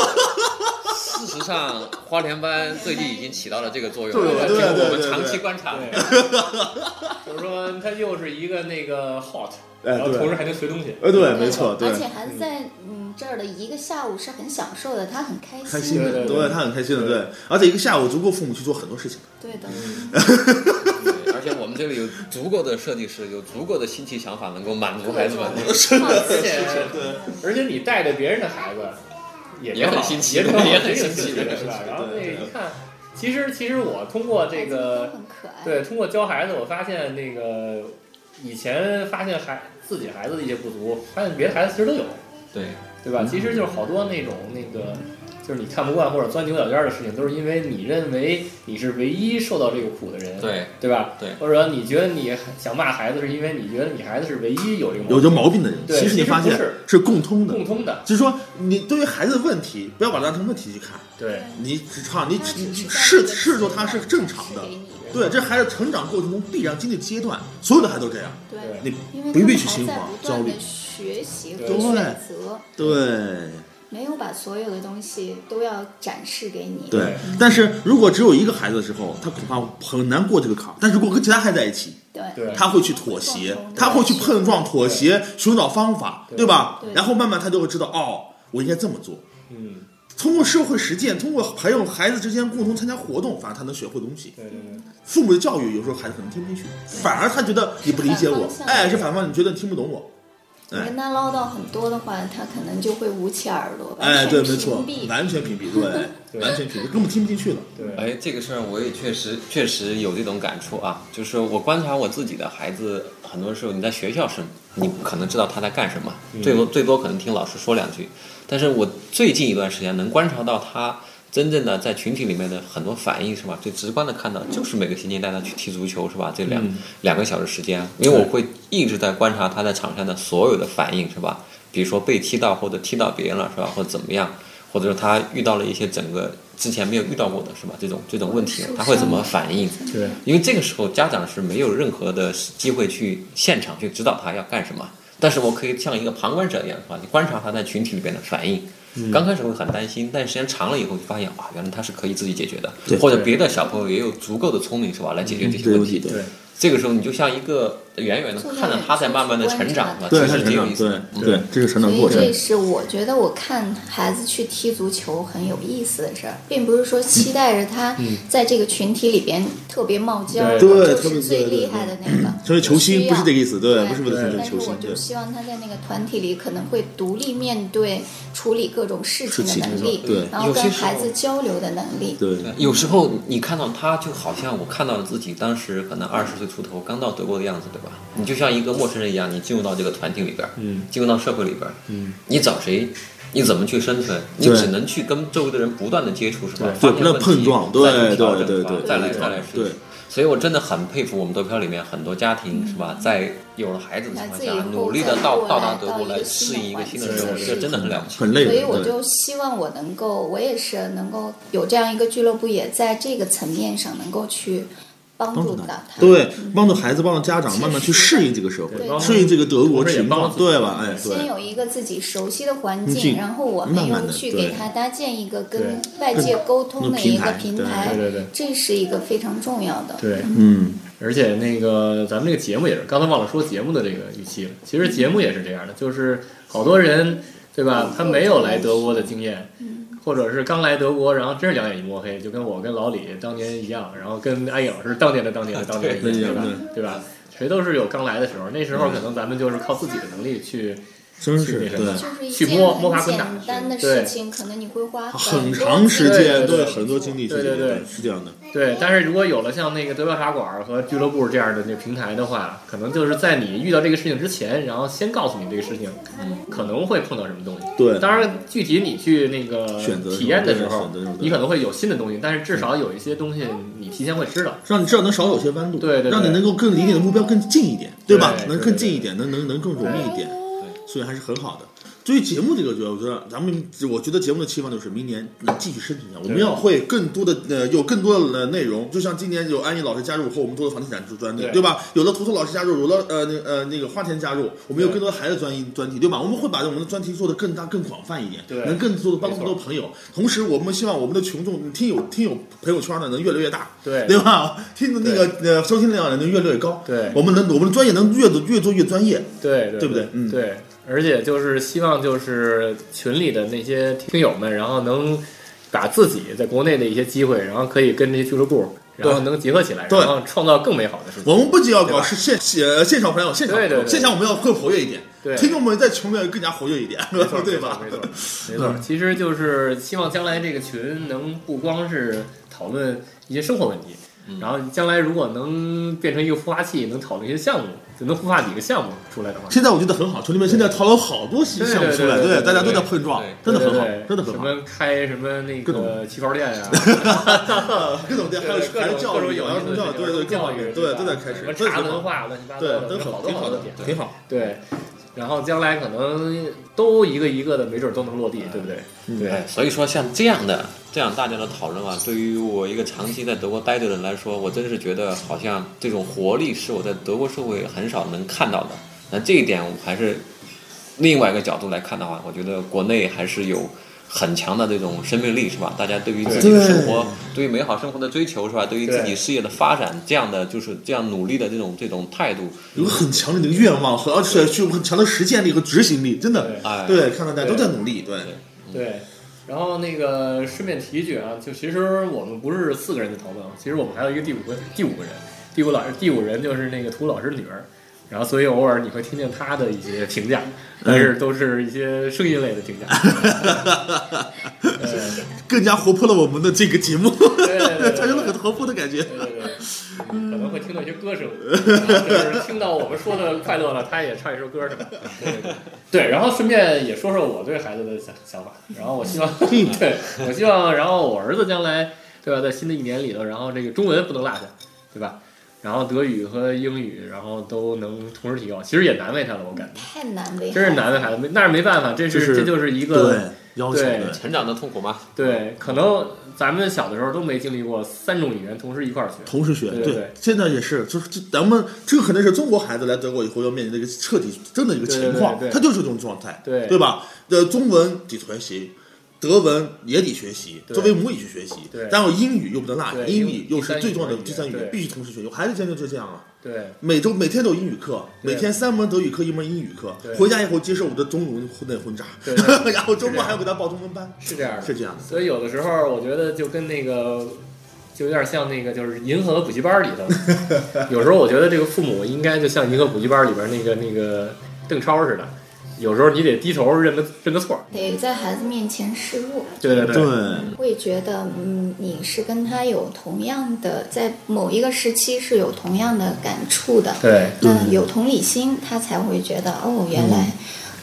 [SPEAKER 4] 事实上，花莲班最近已经起到了这个作用，
[SPEAKER 3] 对
[SPEAKER 4] 了。
[SPEAKER 3] 对
[SPEAKER 4] 这个我
[SPEAKER 3] 对对
[SPEAKER 4] 们长期
[SPEAKER 3] 对
[SPEAKER 4] 观察。
[SPEAKER 2] 对， (laughs) 就是说它又是一个那个 hot，
[SPEAKER 3] 哎
[SPEAKER 2] 然后
[SPEAKER 3] 对
[SPEAKER 2] 同时还能学东西。
[SPEAKER 3] 呃，对，
[SPEAKER 5] 对
[SPEAKER 3] 没错，对
[SPEAKER 5] 而，且还在嗯这儿的一个下午是很享受的，他很开
[SPEAKER 3] 开心
[SPEAKER 2] 对
[SPEAKER 3] 的，
[SPEAKER 2] 对对
[SPEAKER 3] 对他很开心的，对，而且一个下午足够父母去做很多事情。
[SPEAKER 5] 对的，
[SPEAKER 4] 对而且我们们这里有足够的设计师，有足够的新奇想法，能够满足孩子 (laughs) 们。
[SPEAKER 5] 好奇，
[SPEAKER 2] 而且你带着别人的孩子也
[SPEAKER 4] 也很
[SPEAKER 2] 挺好
[SPEAKER 4] 新奇
[SPEAKER 2] 也挺好
[SPEAKER 4] 也很
[SPEAKER 2] 这个
[SPEAKER 4] 新奇
[SPEAKER 2] 是吧
[SPEAKER 4] 对
[SPEAKER 2] 是吧？
[SPEAKER 3] 对
[SPEAKER 2] 然后那
[SPEAKER 3] 对
[SPEAKER 2] 一看，其实其实我通过这
[SPEAKER 5] 孩
[SPEAKER 2] 个
[SPEAKER 5] 子们都很可爱，
[SPEAKER 2] 对通过教孩子，我发现那个以前发现孩自己孩子的一些不足，发现别的孩子其实都有，
[SPEAKER 4] 对，
[SPEAKER 2] 对吧？其实就是好多那种那个。就是你看不惯或者钻牛角尖儿的事情，都是因为你认为你是唯一受到这个苦的人，
[SPEAKER 4] 对
[SPEAKER 2] 对吧？
[SPEAKER 4] 对
[SPEAKER 2] 或者说你觉得你想骂孩子，是因为你觉得你孩子是唯一有这个毛
[SPEAKER 3] 有
[SPEAKER 2] 病
[SPEAKER 3] 这毛病的人，
[SPEAKER 2] 对
[SPEAKER 3] 其实你
[SPEAKER 2] 其实
[SPEAKER 3] 发
[SPEAKER 2] 不
[SPEAKER 3] 现
[SPEAKER 2] 是
[SPEAKER 3] 是共通的，
[SPEAKER 2] 共通的，
[SPEAKER 3] 就是说你对于孩子的问题，不要把它当成问题去看，
[SPEAKER 2] 对
[SPEAKER 3] 你只看你
[SPEAKER 5] 他只
[SPEAKER 3] 你
[SPEAKER 5] 是在
[SPEAKER 3] 视视
[SPEAKER 5] 那个
[SPEAKER 3] 作
[SPEAKER 5] 阶
[SPEAKER 3] 他
[SPEAKER 5] 段
[SPEAKER 3] 是正常的
[SPEAKER 5] 展示给，你
[SPEAKER 3] 对，这孩子成长过程中必然经历阶段，所有的孩子都这样，
[SPEAKER 5] 对。
[SPEAKER 3] 你
[SPEAKER 5] 因为
[SPEAKER 3] 不
[SPEAKER 5] 他
[SPEAKER 3] 必
[SPEAKER 5] 们
[SPEAKER 3] 去
[SPEAKER 5] 还
[SPEAKER 3] 心
[SPEAKER 5] 在
[SPEAKER 3] 慌
[SPEAKER 5] 不
[SPEAKER 3] 焦
[SPEAKER 5] 断
[SPEAKER 3] 虑
[SPEAKER 5] 的，学习和
[SPEAKER 2] 对
[SPEAKER 5] 选择，
[SPEAKER 3] 对。
[SPEAKER 5] 没有把所有的东西都要展示给你。
[SPEAKER 3] 对，但是如果只有一个孩子的时候，他恐怕很难过这个坎儿。但如果跟其他孩子在一起，
[SPEAKER 5] 对
[SPEAKER 2] 对，
[SPEAKER 3] 他会去妥协
[SPEAKER 5] 对，
[SPEAKER 3] 他会去碰撞、妥协，寻找方法，
[SPEAKER 2] 对
[SPEAKER 3] 对吧
[SPEAKER 5] 对？
[SPEAKER 3] 然后慢慢他就会知道，哦，我应该这么做。
[SPEAKER 2] 嗯，
[SPEAKER 3] 通过社会实践，通过朋友、孩子之间共同参加活动，反而他能学会东西。
[SPEAKER 2] 对对对，
[SPEAKER 3] 父母的教育有时候孩子可能听不进去，反而他觉得你不理解我
[SPEAKER 5] 反方，向
[SPEAKER 3] 哎，是反方，你觉得你听不懂我，
[SPEAKER 5] 你
[SPEAKER 3] 哎
[SPEAKER 5] 跟他唠叨很多的话，他可能就会捂起耳朵，
[SPEAKER 3] 哎，
[SPEAKER 5] 完
[SPEAKER 3] 对，
[SPEAKER 5] 全
[SPEAKER 3] 没
[SPEAKER 5] 屏
[SPEAKER 3] 错，
[SPEAKER 5] 蔽。
[SPEAKER 3] 完全屏蔽，对，
[SPEAKER 5] (laughs)
[SPEAKER 3] 完全屏蔽，根本听不进去了。
[SPEAKER 2] 对啊
[SPEAKER 4] 哎，这个事儿我也确实确实有这种感触啊，就是我观察我自己的孩子，很多时候你在学校是，你不可能知道他在干什么，最多最多可能听老师说两句，但是我最近一段时间能观察到他。真正的在群体里面的很多反应是吧？最直观的看到就是每个星期带他去踢足球是吧？这两、两个小时时间，因为我会一直在观察他在场上的所有的反应是吧？比如说被踢到或者踢到别人了是吧？或者怎么样？或者说他遇到了一些整个之前没有遇到过的是吧？这种这种问题
[SPEAKER 5] 受，伤
[SPEAKER 4] 他会怎么反应？
[SPEAKER 2] 对，
[SPEAKER 4] 因为这个时候家长是没有任何的机会去现场去指导他要干什么，但是我可以像一个旁观者一样是吧？你观察他在群体里边的反应。
[SPEAKER 3] 嗯
[SPEAKER 4] 刚开始会很担心，但时间长了以后，就发现啊，原来他是可以自己解决的，或者别的小朋友也有足够的聪明是吧，来解决这些问题。
[SPEAKER 3] 嗯对
[SPEAKER 2] 对
[SPEAKER 4] 这个时候你就像一个远远的
[SPEAKER 5] 坐在
[SPEAKER 4] 看着他在慢慢的成长是吧？
[SPEAKER 3] 对，
[SPEAKER 4] 其
[SPEAKER 3] 他
[SPEAKER 4] 实挺
[SPEAKER 3] 成
[SPEAKER 4] 有
[SPEAKER 3] 长
[SPEAKER 4] 意，思
[SPEAKER 3] 对
[SPEAKER 4] 的。
[SPEAKER 3] 对，这是成
[SPEAKER 5] 所
[SPEAKER 3] 长
[SPEAKER 5] 以
[SPEAKER 3] 过程。
[SPEAKER 5] 这是我觉得我看孩子去踢足球很有意思的事儿，并不是说期待着他在这个群体里边特别冒尖
[SPEAKER 2] 嗯
[SPEAKER 5] 儿，
[SPEAKER 2] 对
[SPEAKER 3] 对
[SPEAKER 5] 就
[SPEAKER 3] 特别
[SPEAKER 5] 是最
[SPEAKER 3] 对对
[SPEAKER 5] 厉害的那个。
[SPEAKER 3] 成为球星不是这个意思，对，
[SPEAKER 5] 对
[SPEAKER 3] 不是为了成为
[SPEAKER 5] 但是
[SPEAKER 3] 球星
[SPEAKER 5] 我，
[SPEAKER 3] 对
[SPEAKER 5] 就，希望他在那个团体里可能会独立面对、处理各种事情
[SPEAKER 3] 事情
[SPEAKER 5] 的能力，
[SPEAKER 3] 对
[SPEAKER 5] 然后
[SPEAKER 4] 有些
[SPEAKER 5] 跟
[SPEAKER 4] 时候
[SPEAKER 5] 孩子交流的能力，
[SPEAKER 3] 对，
[SPEAKER 4] 有时候你看到他，就好像我看到了自己当时可能二十岁出头刚到德国的样子，对吧？你就像一个陌生人一样，你进入到这个团体里边，嗯，进入到社会里边，嗯，你找谁？你怎么去生存？你
[SPEAKER 3] 对
[SPEAKER 4] 只能去跟周围的人不断的接触，是吧？
[SPEAKER 3] 对
[SPEAKER 4] 发现
[SPEAKER 3] 不断
[SPEAKER 4] 问题
[SPEAKER 3] 碰撞对
[SPEAKER 4] 再去调整
[SPEAKER 3] 对
[SPEAKER 4] 是吧
[SPEAKER 3] 对对
[SPEAKER 4] 再来
[SPEAKER 3] 对
[SPEAKER 4] 再来
[SPEAKER 3] 对
[SPEAKER 4] 试一试
[SPEAKER 3] 对
[SPEAKER 4] 所以我真的很佩服我们德漂里面很多家庭，是吧？在有了孩子的情况
[SPEAKER 5] 孩子以
[SPEAKER 4] 下，
[SPEAKER 5] 后
[SPEAKER 4] 努力的到
[SPEAKER 5] 再过来
[SPEAKER 4] 到达
[SPEAKER 5] 到
[SPEAKER 4] 德
[SPEAKER 5] 一
[SPEAKER 4] 国
[SPEAKER 5] 个
[SPEAKER 4] 来
[SPEAKER 5] 新
[SPEAKER 4] 适
[SPEAKER 5] 的
[SPEAKER 4] 应一个
[SPEAKER 5] 环
[SPEAKER 4] 新的
[SPEAKER 5] 境
[SPEAKER 4] 生活，
[SPEAKER 5] 是
[SPEAKER 4] 这真的很了不起。
[SPEAKER 3] 很累
[SPEAKER 5] 所以
[SPEAKER 3] 的，
[SPEAKER 5] 我
[SPEAKER 3] 对，
[SPEAKER 5] 就希望我能够，我也是能够有这样一个俱乐部，也在这个层面上能够去帮
[SPEAKER 3] 帮助
[SPEAKER 5] 助到他。
[SPEAKER 3] 对，帮助孩子，帮助家长慢慢去适应这个社
[SPEAKER 5] 对
[SPEAKER 3] 会，
[SPEAKER 5] 帮助
[SPEAKER 3] 适应这个德国情
[SPEAKER 2] 帮
[SPEAKER 3] 况，
[SPEAKER 2] 助
[SPEAKER 3] 对吧？哎，
[SPEAKER 5] 先
[SPEAKER 3] 对，
[SPEAKER 5] 有一个自己熟悉的环
[SPEAKER 3] 环境
[SPEAKER 5] 境，然后我
[SPEAKER 3] 嗯慢
[SPEAKER 5] 们
[SPEAKER 3] 慢
[SPEAKER 5] 又
[SPEAKER 3] 地
[SPEAKER 5] 去
[SPEAKER 3] 对
[SPEAKER 5] 给他搭建一个跟外界沟通
[SPEAKER 3] 那
[SPEAKER 5] 的
[SPEAKER 3] 个
[SPEAKER 5] 一
[SPEAKER 3] 平台
[SPEAKER 5] 个平
[SPEAKER 3] 对
[SPEAKER 5] 台，
[SPEAKER 2] 对对对
[SPEAKER 5] 这是一个非常重要的。
[SPEAKER 2] 对，
[SPEAKER 3] 嗯，
[SPEAKER 2] 而且那个咱们这个节目也是，刚才忘了说节目的这个预期了。其实节目也是这样的，就是好多人对吧，他没有来德国的经验，或者是刚来德国，然后真是两眼一抹黑，就跟我跟老李当年一样，然后跟安影是当年的当年的当年的一 (laughs) 嗯样，对吧？对吧？谁都是有刚来的时候，那时候可能咱们就是靠自己的能力去，
[SPEAKER 3] 真是
[SPEAKER 2] 去那
[SPEAKER 3] 对
[SPEAKER 2] 什，
[SPEAKER 5] 就是一
[SPEAKER 2] 去
[SPEAKER 5] 件
[SPEAKER 2] 摸摸爬
[SPEAKER 5] 很
[SPEAKER 2] 滚
[SPEAKER 5] 简
[SPEAKER 2] 打
[SPEAKER 5] 单的
[SPEAKER 2] 对
[SPEAKER 5] 事情，可能你会花
[SPEAKER 3] 很
[SPEAKER 5] 多
[SPEAKER 3] 长时间，
[SPEAKER 2] 对对对
[SPEAKER 3] 很多精力去，
[SPEAKER 2] 对对对
[SPEAKER 3] 是这样的，
[SPEAKER 2] 对。但是如果有了像那个德标茶馆和俱乐部这样的那平台的话，可能就是在你遇到这个事情之前，然后先告诉你这个事情，可能会碰到什么东西。
[SPEAKER 3] 对，
[SPEAKER 2] 当然，具体你去那个
[SPEAKER 3] 选择的时候
[SPEAKER 2] 体验的时
[SPEAKER 3] 对
[SPEAKER 2] 候
[SPEAKER 3] 选择的时候，对嗯
[SPEAKER 2] 你可能会有新的东西，但是至少有一些东西你提前会知道。
[SPEAKER 3] 让你至少能少走些弯路，
[SPEAKER 2] 对对对
[SPEAKER 3] 让你能够更离你的目标更近一点，对吧？
[SPEAKER 2] 对
[SPEAKER 3] 能
[SPEAKER 2] 对
[SPEAKER 3] 更
[SPEAKER 2] 对
[SPEAKER 3] 近一点，能能能更容易一点，所以还是很好的。对于节目这个，我觉得咱们，我觉得节目的期望就是明年能继续深一下，我们要会更多的呃，有更多的内容，就像今年有安逸老师加入后，我们多了房地产专题，
[SPEAKER 2] 对
[SPEAKER 3] 对吧？有了图图老师加入，有了呃那呃那个花田加入，我们有更多的孩子专题专题，对吧？我们会把我们的专题做得更大、更广泛一点，
[SPEAKER 2] 对
[SPEAKER 3] 能更多的帮助
[SPEAKER 2] 没错
[SPEAKER 3] 更多朋友。同时，我们希望我们的群众嗯听友听友朋友圈呢能越来越大，
[SPEAKER 2] 对
[SPEAKER 3] 对吧？听的那个呃收听量呢能越来越高，
[SPEAKER 2] 对
[SPEAKER 3] 我们能我们的专业能越做越做越专业，
[SPEAKER 2] 对对
[SPEAKER 3] 对
[SPEAKER 2] 对
[SPEAKER 3] 不对嗯
[SPEAKER 2] 对，而且就是希望就是群里的那些听友们，然后能把自己在国内的一些机会，然后可以跟这些俱乐部。然后能结合起来，
[SPEAKER 3] 对
[SPEAKER 2] 然后创造更美好的事情。
[SPEAKER 3] 我们不仅要搞
[SPEAKER 2] 对吧
[SPEAKER 3] 是现呃现场朋友，现场
[SPEAKER 2] 对对
[SPEAKER 3] 活动
[SPEAKER 2] 对
[SPEAKER 3] 现场我们要更活跃一点，
[SPEAKER 2] 对
[SPEAKER 3] 听众们在群里面更加活跃一点，
[SPEAKER 2] 没错，
[SPEAKER 3] (laughs) 对吧
[SPEAKER 2] 没？错，没错，没错。其实就是希望将来这个群能不光是讨论一些生活问题，
[SPEAKER 3] 嗯
[SPEAKER 2] 然后将来如果能变成一个孵化器，能讨论一些项目，就能孵化几个项目出来的话，
[SPEAKER 3] 现在我觉得很好，群里面现在讨论好多新项目出来，
[SPEAKER 2] 对对对对对
[SPEAKER 3] 大家都在碰撞
[SPEAKER 4] 对，
[SPEAKER 3] 真的很好
[SPEAKER 2] 对对，
[SPEAKER 3] 真的很
[SPEAKER 2] 什
[SPEAKER 3] 好。
[SPEAKER 2] 么开什么那
[SPEAKER 3] 各
[SPEAKER 2] 个
[SPEAKER 3] (laughs) 种
[SPEAKER 2] 旗袍店呀、
[SPEAKER 3] (laughs) 各种店还有
[SPEAKER 2] 对各
[SPEAKER 3] 还有
[SPEAKER 2] 种
[SPEAKER 3] 教
[SPEAKER 2] 各种
[SPEAKER 3] 育，
[SPEAKER 2] 有
[SPEAKER 3] 儿
[SPEAKER 2] 意
[SPEAKER 3] 童
[SPEAKER 2] 思
[SPEAKER 3] 教育，
[SPEAKER 2] 的
[SPEAKER 3] 对对，各
[SPEAKER 2] 教
[SPEAKER 3] 种
[SPEAKER 2] 育
[SPEAKER 3] 对
[SPEAKER 2] 吧
[SPEAKER 3] 都在开始
[SPEAKER 2] 什么，
[SPEAKER 3] 真的
[SPEAKER 2] 茶
[SPEAKER 3] 很
[SPEAKER 2] 文
[SPEAKER 3] 好
[SPEAKER 2] 化乱七八糟
[SPEAKER 3] 对，
[SPEAKER 2] 的，
[SPEAKER 3] 都
[SPEAKER 2] 有
[SPEAKER 3] 好
[SPEAKER 2] 好
[SPEAKER 3] 都
[SPEAKER 2] 多
[SPEAKER 3] 好
[SPEAKER 2] 好
[SPEAKER 3] 的
[SPEAKER 2] 多点，
[SPEAKER 3] 挺好。
[SPEAKER 2] 对。然后将来可能都一个一个的，没准都能落地，对不对？对
[SPEAKER 3] 嗯
[SPEAKER 4] 哎，所以说像这样的这样大家的讨论啊，对于我一个长期在德国待着的人来说，我真是觉得好像这种活力是我在德国社会很少能看到的。那这一点我还是另外一个角度来看的话，我觉得国内还是有。很强的这种生命力是吧？大家对于自己的生活，对于美好生活的追求是吧？对于自己
[SPEAKER 2] 对
[SPEAKER 4] 事业的发展，这样的就是这样努力的这种这种态度，
[SPEAKER 3] 有个很强的那个愿望和而且具有很强的实践力和执行力，真的
[SPEAKER 2] 对，
[SPEAKER 4] 哎，
[SPEAKER 3] 对，看到大家都
[SPEAKER 2] 对
[SPEAKER 3] 在努力，对，
[SPEAKER 2] 对，然后那个顺便提一句啊，就其实我们不是四个人在讨论，其实我们还有一个第五个第五个人，第五老师第五人就是那个涂老师女儿，然后所以偶尔你会听见她的一些评价，但是都是一些声音类的评价。呃
[SPEAKER 3] 更加活泼了我们的这个节目， (laughs)
[SPEAKER 2] 对对对对
[SPEAKER 3] 产生了很活泼的感觉。
[SPEAKER 2] 对对对，可能会听到一些歌声，就是听到我们说的快乐了，他也唱一首歌什么的。对对对对，然后顺便也说说我对孩子的想想法。然后我希望，对我希望，然后我儿子将来对吧，在新的一年里头，然后这个中文不能落下，对吧？然后德语和英语，然后都能同时提高，其实也难为他了，我感觉，
[SPEAKER 5] 太难为，
[SPEAKER 2] 真是。难为孩子，没那是没办法，这
[SPEAKER 3] 就是
[SPEAKER 2] 是这就是一个，
[SPEAKER 3] 要求
[SPEAKER 2] 对
[SPEAKER 3] 对
[SPEAKER 4] 成长的痛苦嘛，
[SPEAKER 2] 对，可能咱们小的时候都没经历过三种语言同时一块儿学，
[SPEAKER 3] 同时学，
[SPEAKER 2] 对对对
[SPEAKER 3] 现在也是，就是这咱们这个可能是中国孩子来德国以后要面临的一个彻底真的一个情况，
[SPEAKER 2] 对对对对
[SPEAKER 3] 他就是这种状态，
[SPEAKER 2] 对
[SPEAKER 3] 吧？呃，中文得学习。德文也得学习，
[SPEAKER 2] 对
[SPEAKER 3] 作为母语去学习
[SPEAKER 2] 对，
[SPEAKER 3] 然后英语又不能落下，
[SPEAKER 2] 对
[SPEAKER 3] 英
[SPEAKER 2] 英
[SPEAKER 3] 语
[SPEAKER 2] 语
[SPEAKER 3] 又是最重要的第
[SPEAKER 2] 第
[SPEAKER 3] 三
[SPEAKER 2] 三
[SPEAKER 3] 语
[SPEAKER 2] 语
[SPEAKER 3] 言
[SPEAKER 2] 言，
[SPEAKER 3] 必须同时学习。我孩子现在就这样啊，
[SPEAKER 2] 对。
[SPEAKER 3] 每周每天都有英语课，
[SPEAKER 2] 对
[SPEAKER 3] 每天三门德语课，一门英语课
[SPEAKER 2] 对，
[SPEAKER 3] 回家以后接受我的中文混混杂
[SPEAKER 2] 对对，
[SPEAKER 3] (laughs) 然后周末还要给他报中文班，
[SPEAKER 2] 是这样的，
[SPEAKER 3] 是这样的。
[SPEAKER 2] 所以有的时候我觉得就跟那个，就有点像那个就是银河补习班里头，
[SPEAKER 3] (laughs)
[SPEAKER 2] 有时候我觉得这个父母应该就像银河补习班里边那个那个邓超似的，有时候你得低头认个认个错儿。
[SPEAKER 5] 得在孩子面前示弱，
[SPEAKER 2] 对对对
[SPEAKER 5] 会觉得，嗯，你是跟他有同样的，在某一个时期是有同样的感触的，
[SPEAKER 2] 对
[SPEAKER 5] 那有同理心，他才会觉得，哦，原来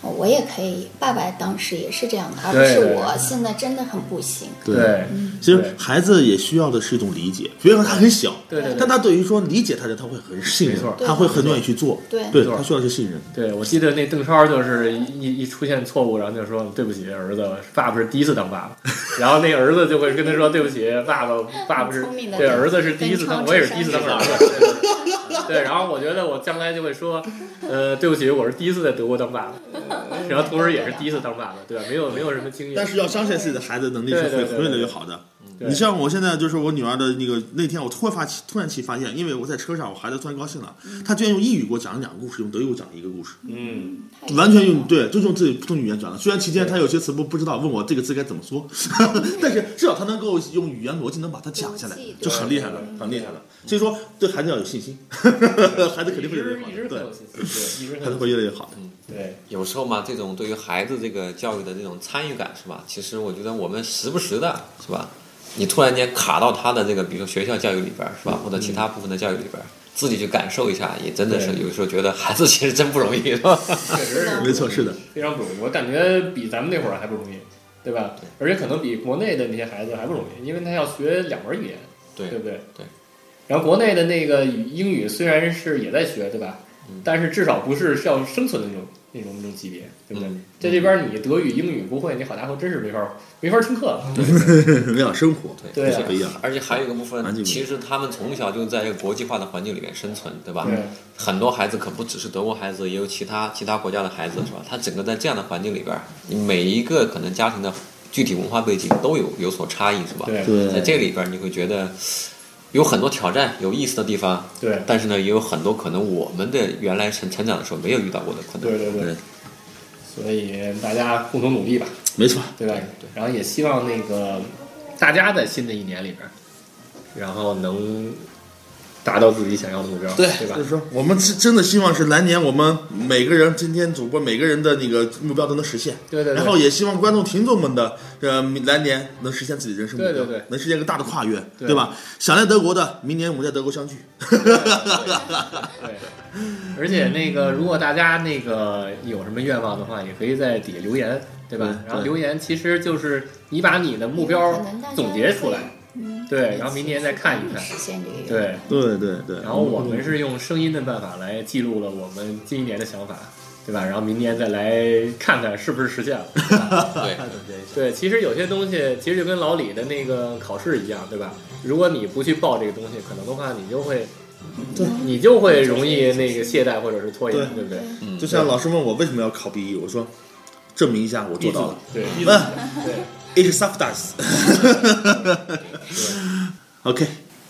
[SPEAKER 5] 哦我也可以，爸爸当时也是这样的，而不
[SPEAKER 2] 嗯对
[SPEAKER 5] 是
[SPEAKER 2] 对
[SPEAKER 5] 我现在真的很不行。
[SPEAKER 3] 对
[SPEAKER 2] 对
[SPEAKER 3] 其实
[SPEAKER 2] 对
[SPEAKER 3] 孩子也需要的是一种理解，别说他很小，
[SPEAKER 2] 对对对
[SPEAKER 3] 但他对于说理解他的，他会很信任
[SPEAKER 2] 没错，
[SPEAKER 3] 他会很愿意去做，
[SPEAKER 5] 对
[SPEAKER 3] 对
[SPEAKER 2] 没错
[SPEAKER 3] 他需要是信任，
[SPEAKER 2] 对，我记得那邓超就是一一一出现错误，然后就说对不起儿子，爸爸是第一次当爸爸， (laughs) 然后那儿子就会跟他说对不起，爸爸爸爸是
[SPEAKER 5] 聪明的
[SPEAKER 2] 对
[SPEAKER 5] 邓
[SPEAKER 2] 儿子是第一次当，我也是第一次当儿子。 (laughs) 对，然后我觉得我将来就会说，呃，对不起，我是第一次在德国当爸爸， (laughs) 然后同时也是第一次当爸爸，对吧？没有没有什么经验
[SPEAKER 3] 嗯但，是要相信自己的孩子能力是
[SPEAKER 2] 对
[SPEAKER 3] 会
[SPEAKER 2] 对对
[SPEAKER 3] 会越来越好的。
[SPEAKER 2] 对
[SPEAKER 3] 你像我现在就是我女儿的那个那天，我突然发起突然起发现，因为我在车上，我孩子突然高兴了，他居然用英语给我讲了两个故事，用德语给我讲了一个故事，
[SPEAKER 2] 嗯，
[SPEAKER 3] 完全用对，就用自己不同语言讲了。虽然期间他有些词不不知道，问我这个字该怎么说， (laughs) 但是至少他能够用语言逻辑能把它讲下来
[SPEAKER 5] 逻辑，对
[SPEAKER 3] 就很厉害了，很厉害了。所以说对孩子要有信心， (laughs) 孩子肯定会越来越好
[SPEAKER 2] 一直
[SPEAKER 3] 的，
[SPEAKER 2] 很
[SPEAKER 3] 对，
[SPEAKER 2] 有信心，对，一直很
[SPEAKER 3] 孩子
[SPEAKER 2] 有
[SPEAKER 3] 会越来越好的。
[SPEAKER 2] 对
[SPEAKER 4] 有时候嘛，这种对于孩子这个教育的这种参与感是吧？其实我觉得我们时不时的是吧，你突然间卡到他的这个，比如说学校教育里边儿是吧，或者其他部分的教育里边儿，自己去感受一下，也真的是
[SPEAKER 2] 对
[SPEAKER 4] 有时候觉得孩子其实真不容易
[SPEAKER 2] (laughs)
[SPEAKER 4] 是吧？
[SPEAKER 2] 确实是。
[SPEAKER 3] 没错，是的，
[SPEAKER 2] 非常不容易，我感觉比咱们那会儿还不容易，对吧？而且可能比国内的那些孩子还不容易，因为他要学两门语言，
[SPEAKER 4] 对
[SPEAKER 2] 对不对？
[SPEAKER 4] 对。
[SPEAKER 2] 然后国内的那个语英语虽然是也在学，对吧？但是至少不是要生存的那种那种那种级别，对不对？
[SPEAKER 4] 嗯
[SPEAKER 2] 在这边你德语、英语不会，你好家伙真是没法没法听课了。对
[SPEAKER 3] 美好生活
[SPEAKER 4] 对
[SPEAKER 2] 对
[SPEAKER 3] 是
[SPEAKER 2] 啊
[SPEAKER 3] 不一样的。
[SPEAKER 4] 而且还有一个部
[SPEAKER 3] 环境
[SPEAKER 4] 分，
[SPEAKER 3] 不一样
[SPEAKER 4] 其实他们从小就在一个国际化的环境里面生存，对吧？
[SPEAKER 2] 对
[SPEAKER 4] 很多孩子可不只是德国孩子，也有其他其他国家的孩子，是吧？他整个在这样的环境里边儿，你每一个可能家庭的具体文化背景都有有所差异，是吧？
[SPEAKER 2] 对
[SPEAKER 4] 在这里边儿你会觉得有很多挑战、有意思的地方，
[SPEAKER 2] 对
[SPEAKER 4] 但是呢，也有很多可能我们的原来成成长的时候没有遇到过的困难。
[SPEAKER 2] 对对对
[SPEAKER 4] 对
[SPEAKER 2] 所以大家共同努力吧。
[SPEAKER 3] (laughs) 没错，
[SPEAKER 2] 对吧？然后也希望那个大家在新的一年里边儿，然后能达到自己想要的目标，对吧
[SPEAKER 3] 就？是说，我们是真的希望是来年我们每个人，今天主播每个人的那个目标都能实现。
[SPEAKER 2] 对对对
[SPEAKER 3] 然后也希望观众听众们的，呃，来年能实现自己人生目标，
[SPEAKER 2] 对对对
[SPEAKER 3] 能实现一个大的跨越，
[SPEAKER 2] 对
[SPEAKER 3] 吧？想来德国的，明年我们在德国相聚。
[SPEAKER 2] 对，而且那个，如果大家那个有什么愿望的话，也可以在底下留言，对吧？
[SPEAKER 3] 嗯
[SPEAKER 2] 然后
[SPEAKER 3] 对
[SPEAKER 2] 留言其实就是你把你的目标总结出来，，
[SPEAKER 5] 嗯，
[SPEAKER 2] 对，然后明年再看一看，
[SPEAKER 5] 实现这个愿望。
[SPEAKER 2] 对。
[SPEAKER 3] 对对对。
[SPEAKER 2] 然后我们是用声音的办法来记录了我们今年的想法，对吧？然后明年再来看看是不是实现了。
[SPEAKER 4] 对，
[SPEAKER 2] 对，其实有些东西其实就跟老李的那个考试一样，对吧？如果你不去报这个东西，可能的话你就会，嗯你就会容易那个懈怠或者是拖延，对
[SPEAKER 3] 对
[SPEAKER 2] 不对？
[SPEAKER 3] 就像老师问我为什么要考 BE，我说证明一下我做到了。
[SPEAKER 2] 对，
[SPEAKER 3] (laughs) 嗯
[SPEAKER 2] 对，
[SPEAKER 3] ，It s u f d a (laughs) s OK，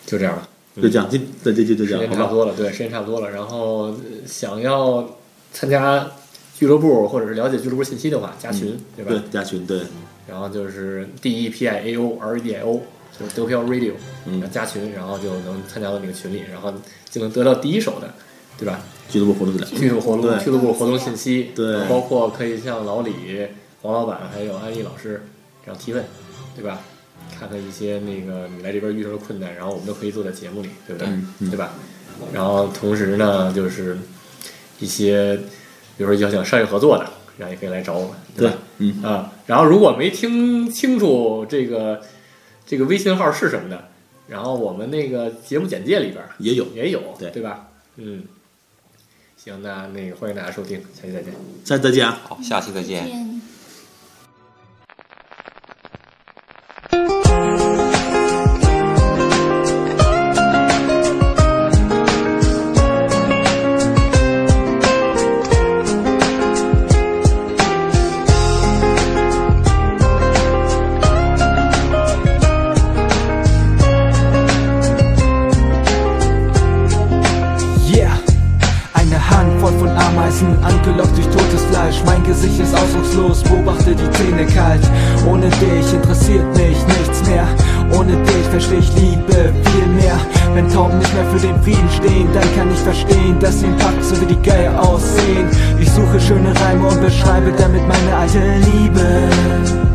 [SPEAKER 2] 就这样吧，
[SPEAKER 3] 就这样，今这这期就这
[SPEAKER 2] 时
[SPEAKER 3] 样，
[SPEAKER 2] 间
[SPEAKER 3] 好
[SPEAKER 2] 差
[SPEAKER 3] 吧
[SPEAKER 2] 不？多了，对，时间差不多了。然后呃想要参加俱乐部或者是了解俱乐部信息的话，加群，嗯对吧？
[SPEAKER 3] 对，加群，对，
[SPEAKER 2] 然后就是 D E P I A O R E D I O，就是得票 Radio，
[SPEAKER 3] 嗯
[SPEAKER 2] 然后加群，然后就能参加到那个群里，然后就能得到第一手的，对吧？
[SPEAKER 3] 俱乐部活动质量。
[SPEAKER 2] 俱乐部活动、
[SPEAKER 3] 对
[SPEAKER 2] 俱乐部活动信息，
[SPEAKER 3] 对
[SPEAKER 2] 包括可以向老李、黄老板还有安逸老师这样提问，对吧？看看一些那个你来这边遇到的困难，然后我们都可以做在节目里，对不对？
[SPEAKER 3] 嗯
[SPEAKER 2] 对吧？然后同时呢，就是一些比如说要想商业合作的，然后也可以来找我们，吧？
[SPEAKER 3] 对嗯
[SPEAKER 2] 啊，然后如果没听清楚这个这个微信号是什么的，然后我们那个节目简介里边儿
[SPEAKER 3] 也有
[SPEAKER 2] 也有，
[SPEAKER 3] 对
[SPEAKER 2] 对吧？嗯，行，那那个欢迎大家收听，下期再见。
[SPEAKER 3] 下次再见啊！
[SPEAKER 4] 好，下期再见。
[SPEAKER 5] 见。
[SPEAKER 1] Yeah, eine Handvoll von Ameisen, angelockt durch totes Fleisch. Mein Gesicht ist ausdruckslos, beobachte die Zähne kalt. Ohne dich interessiert mich nichts mehr. Ohne dich verstehe ich Liebe viel mehr. Wenn Tauben nicht mehr für den Frieden stehen, dann kann ich verstehen, dass sie im Pakt so wie die Geier aussehen. Ich suche schöne Reime und beschreibe damit meine alte Liebe.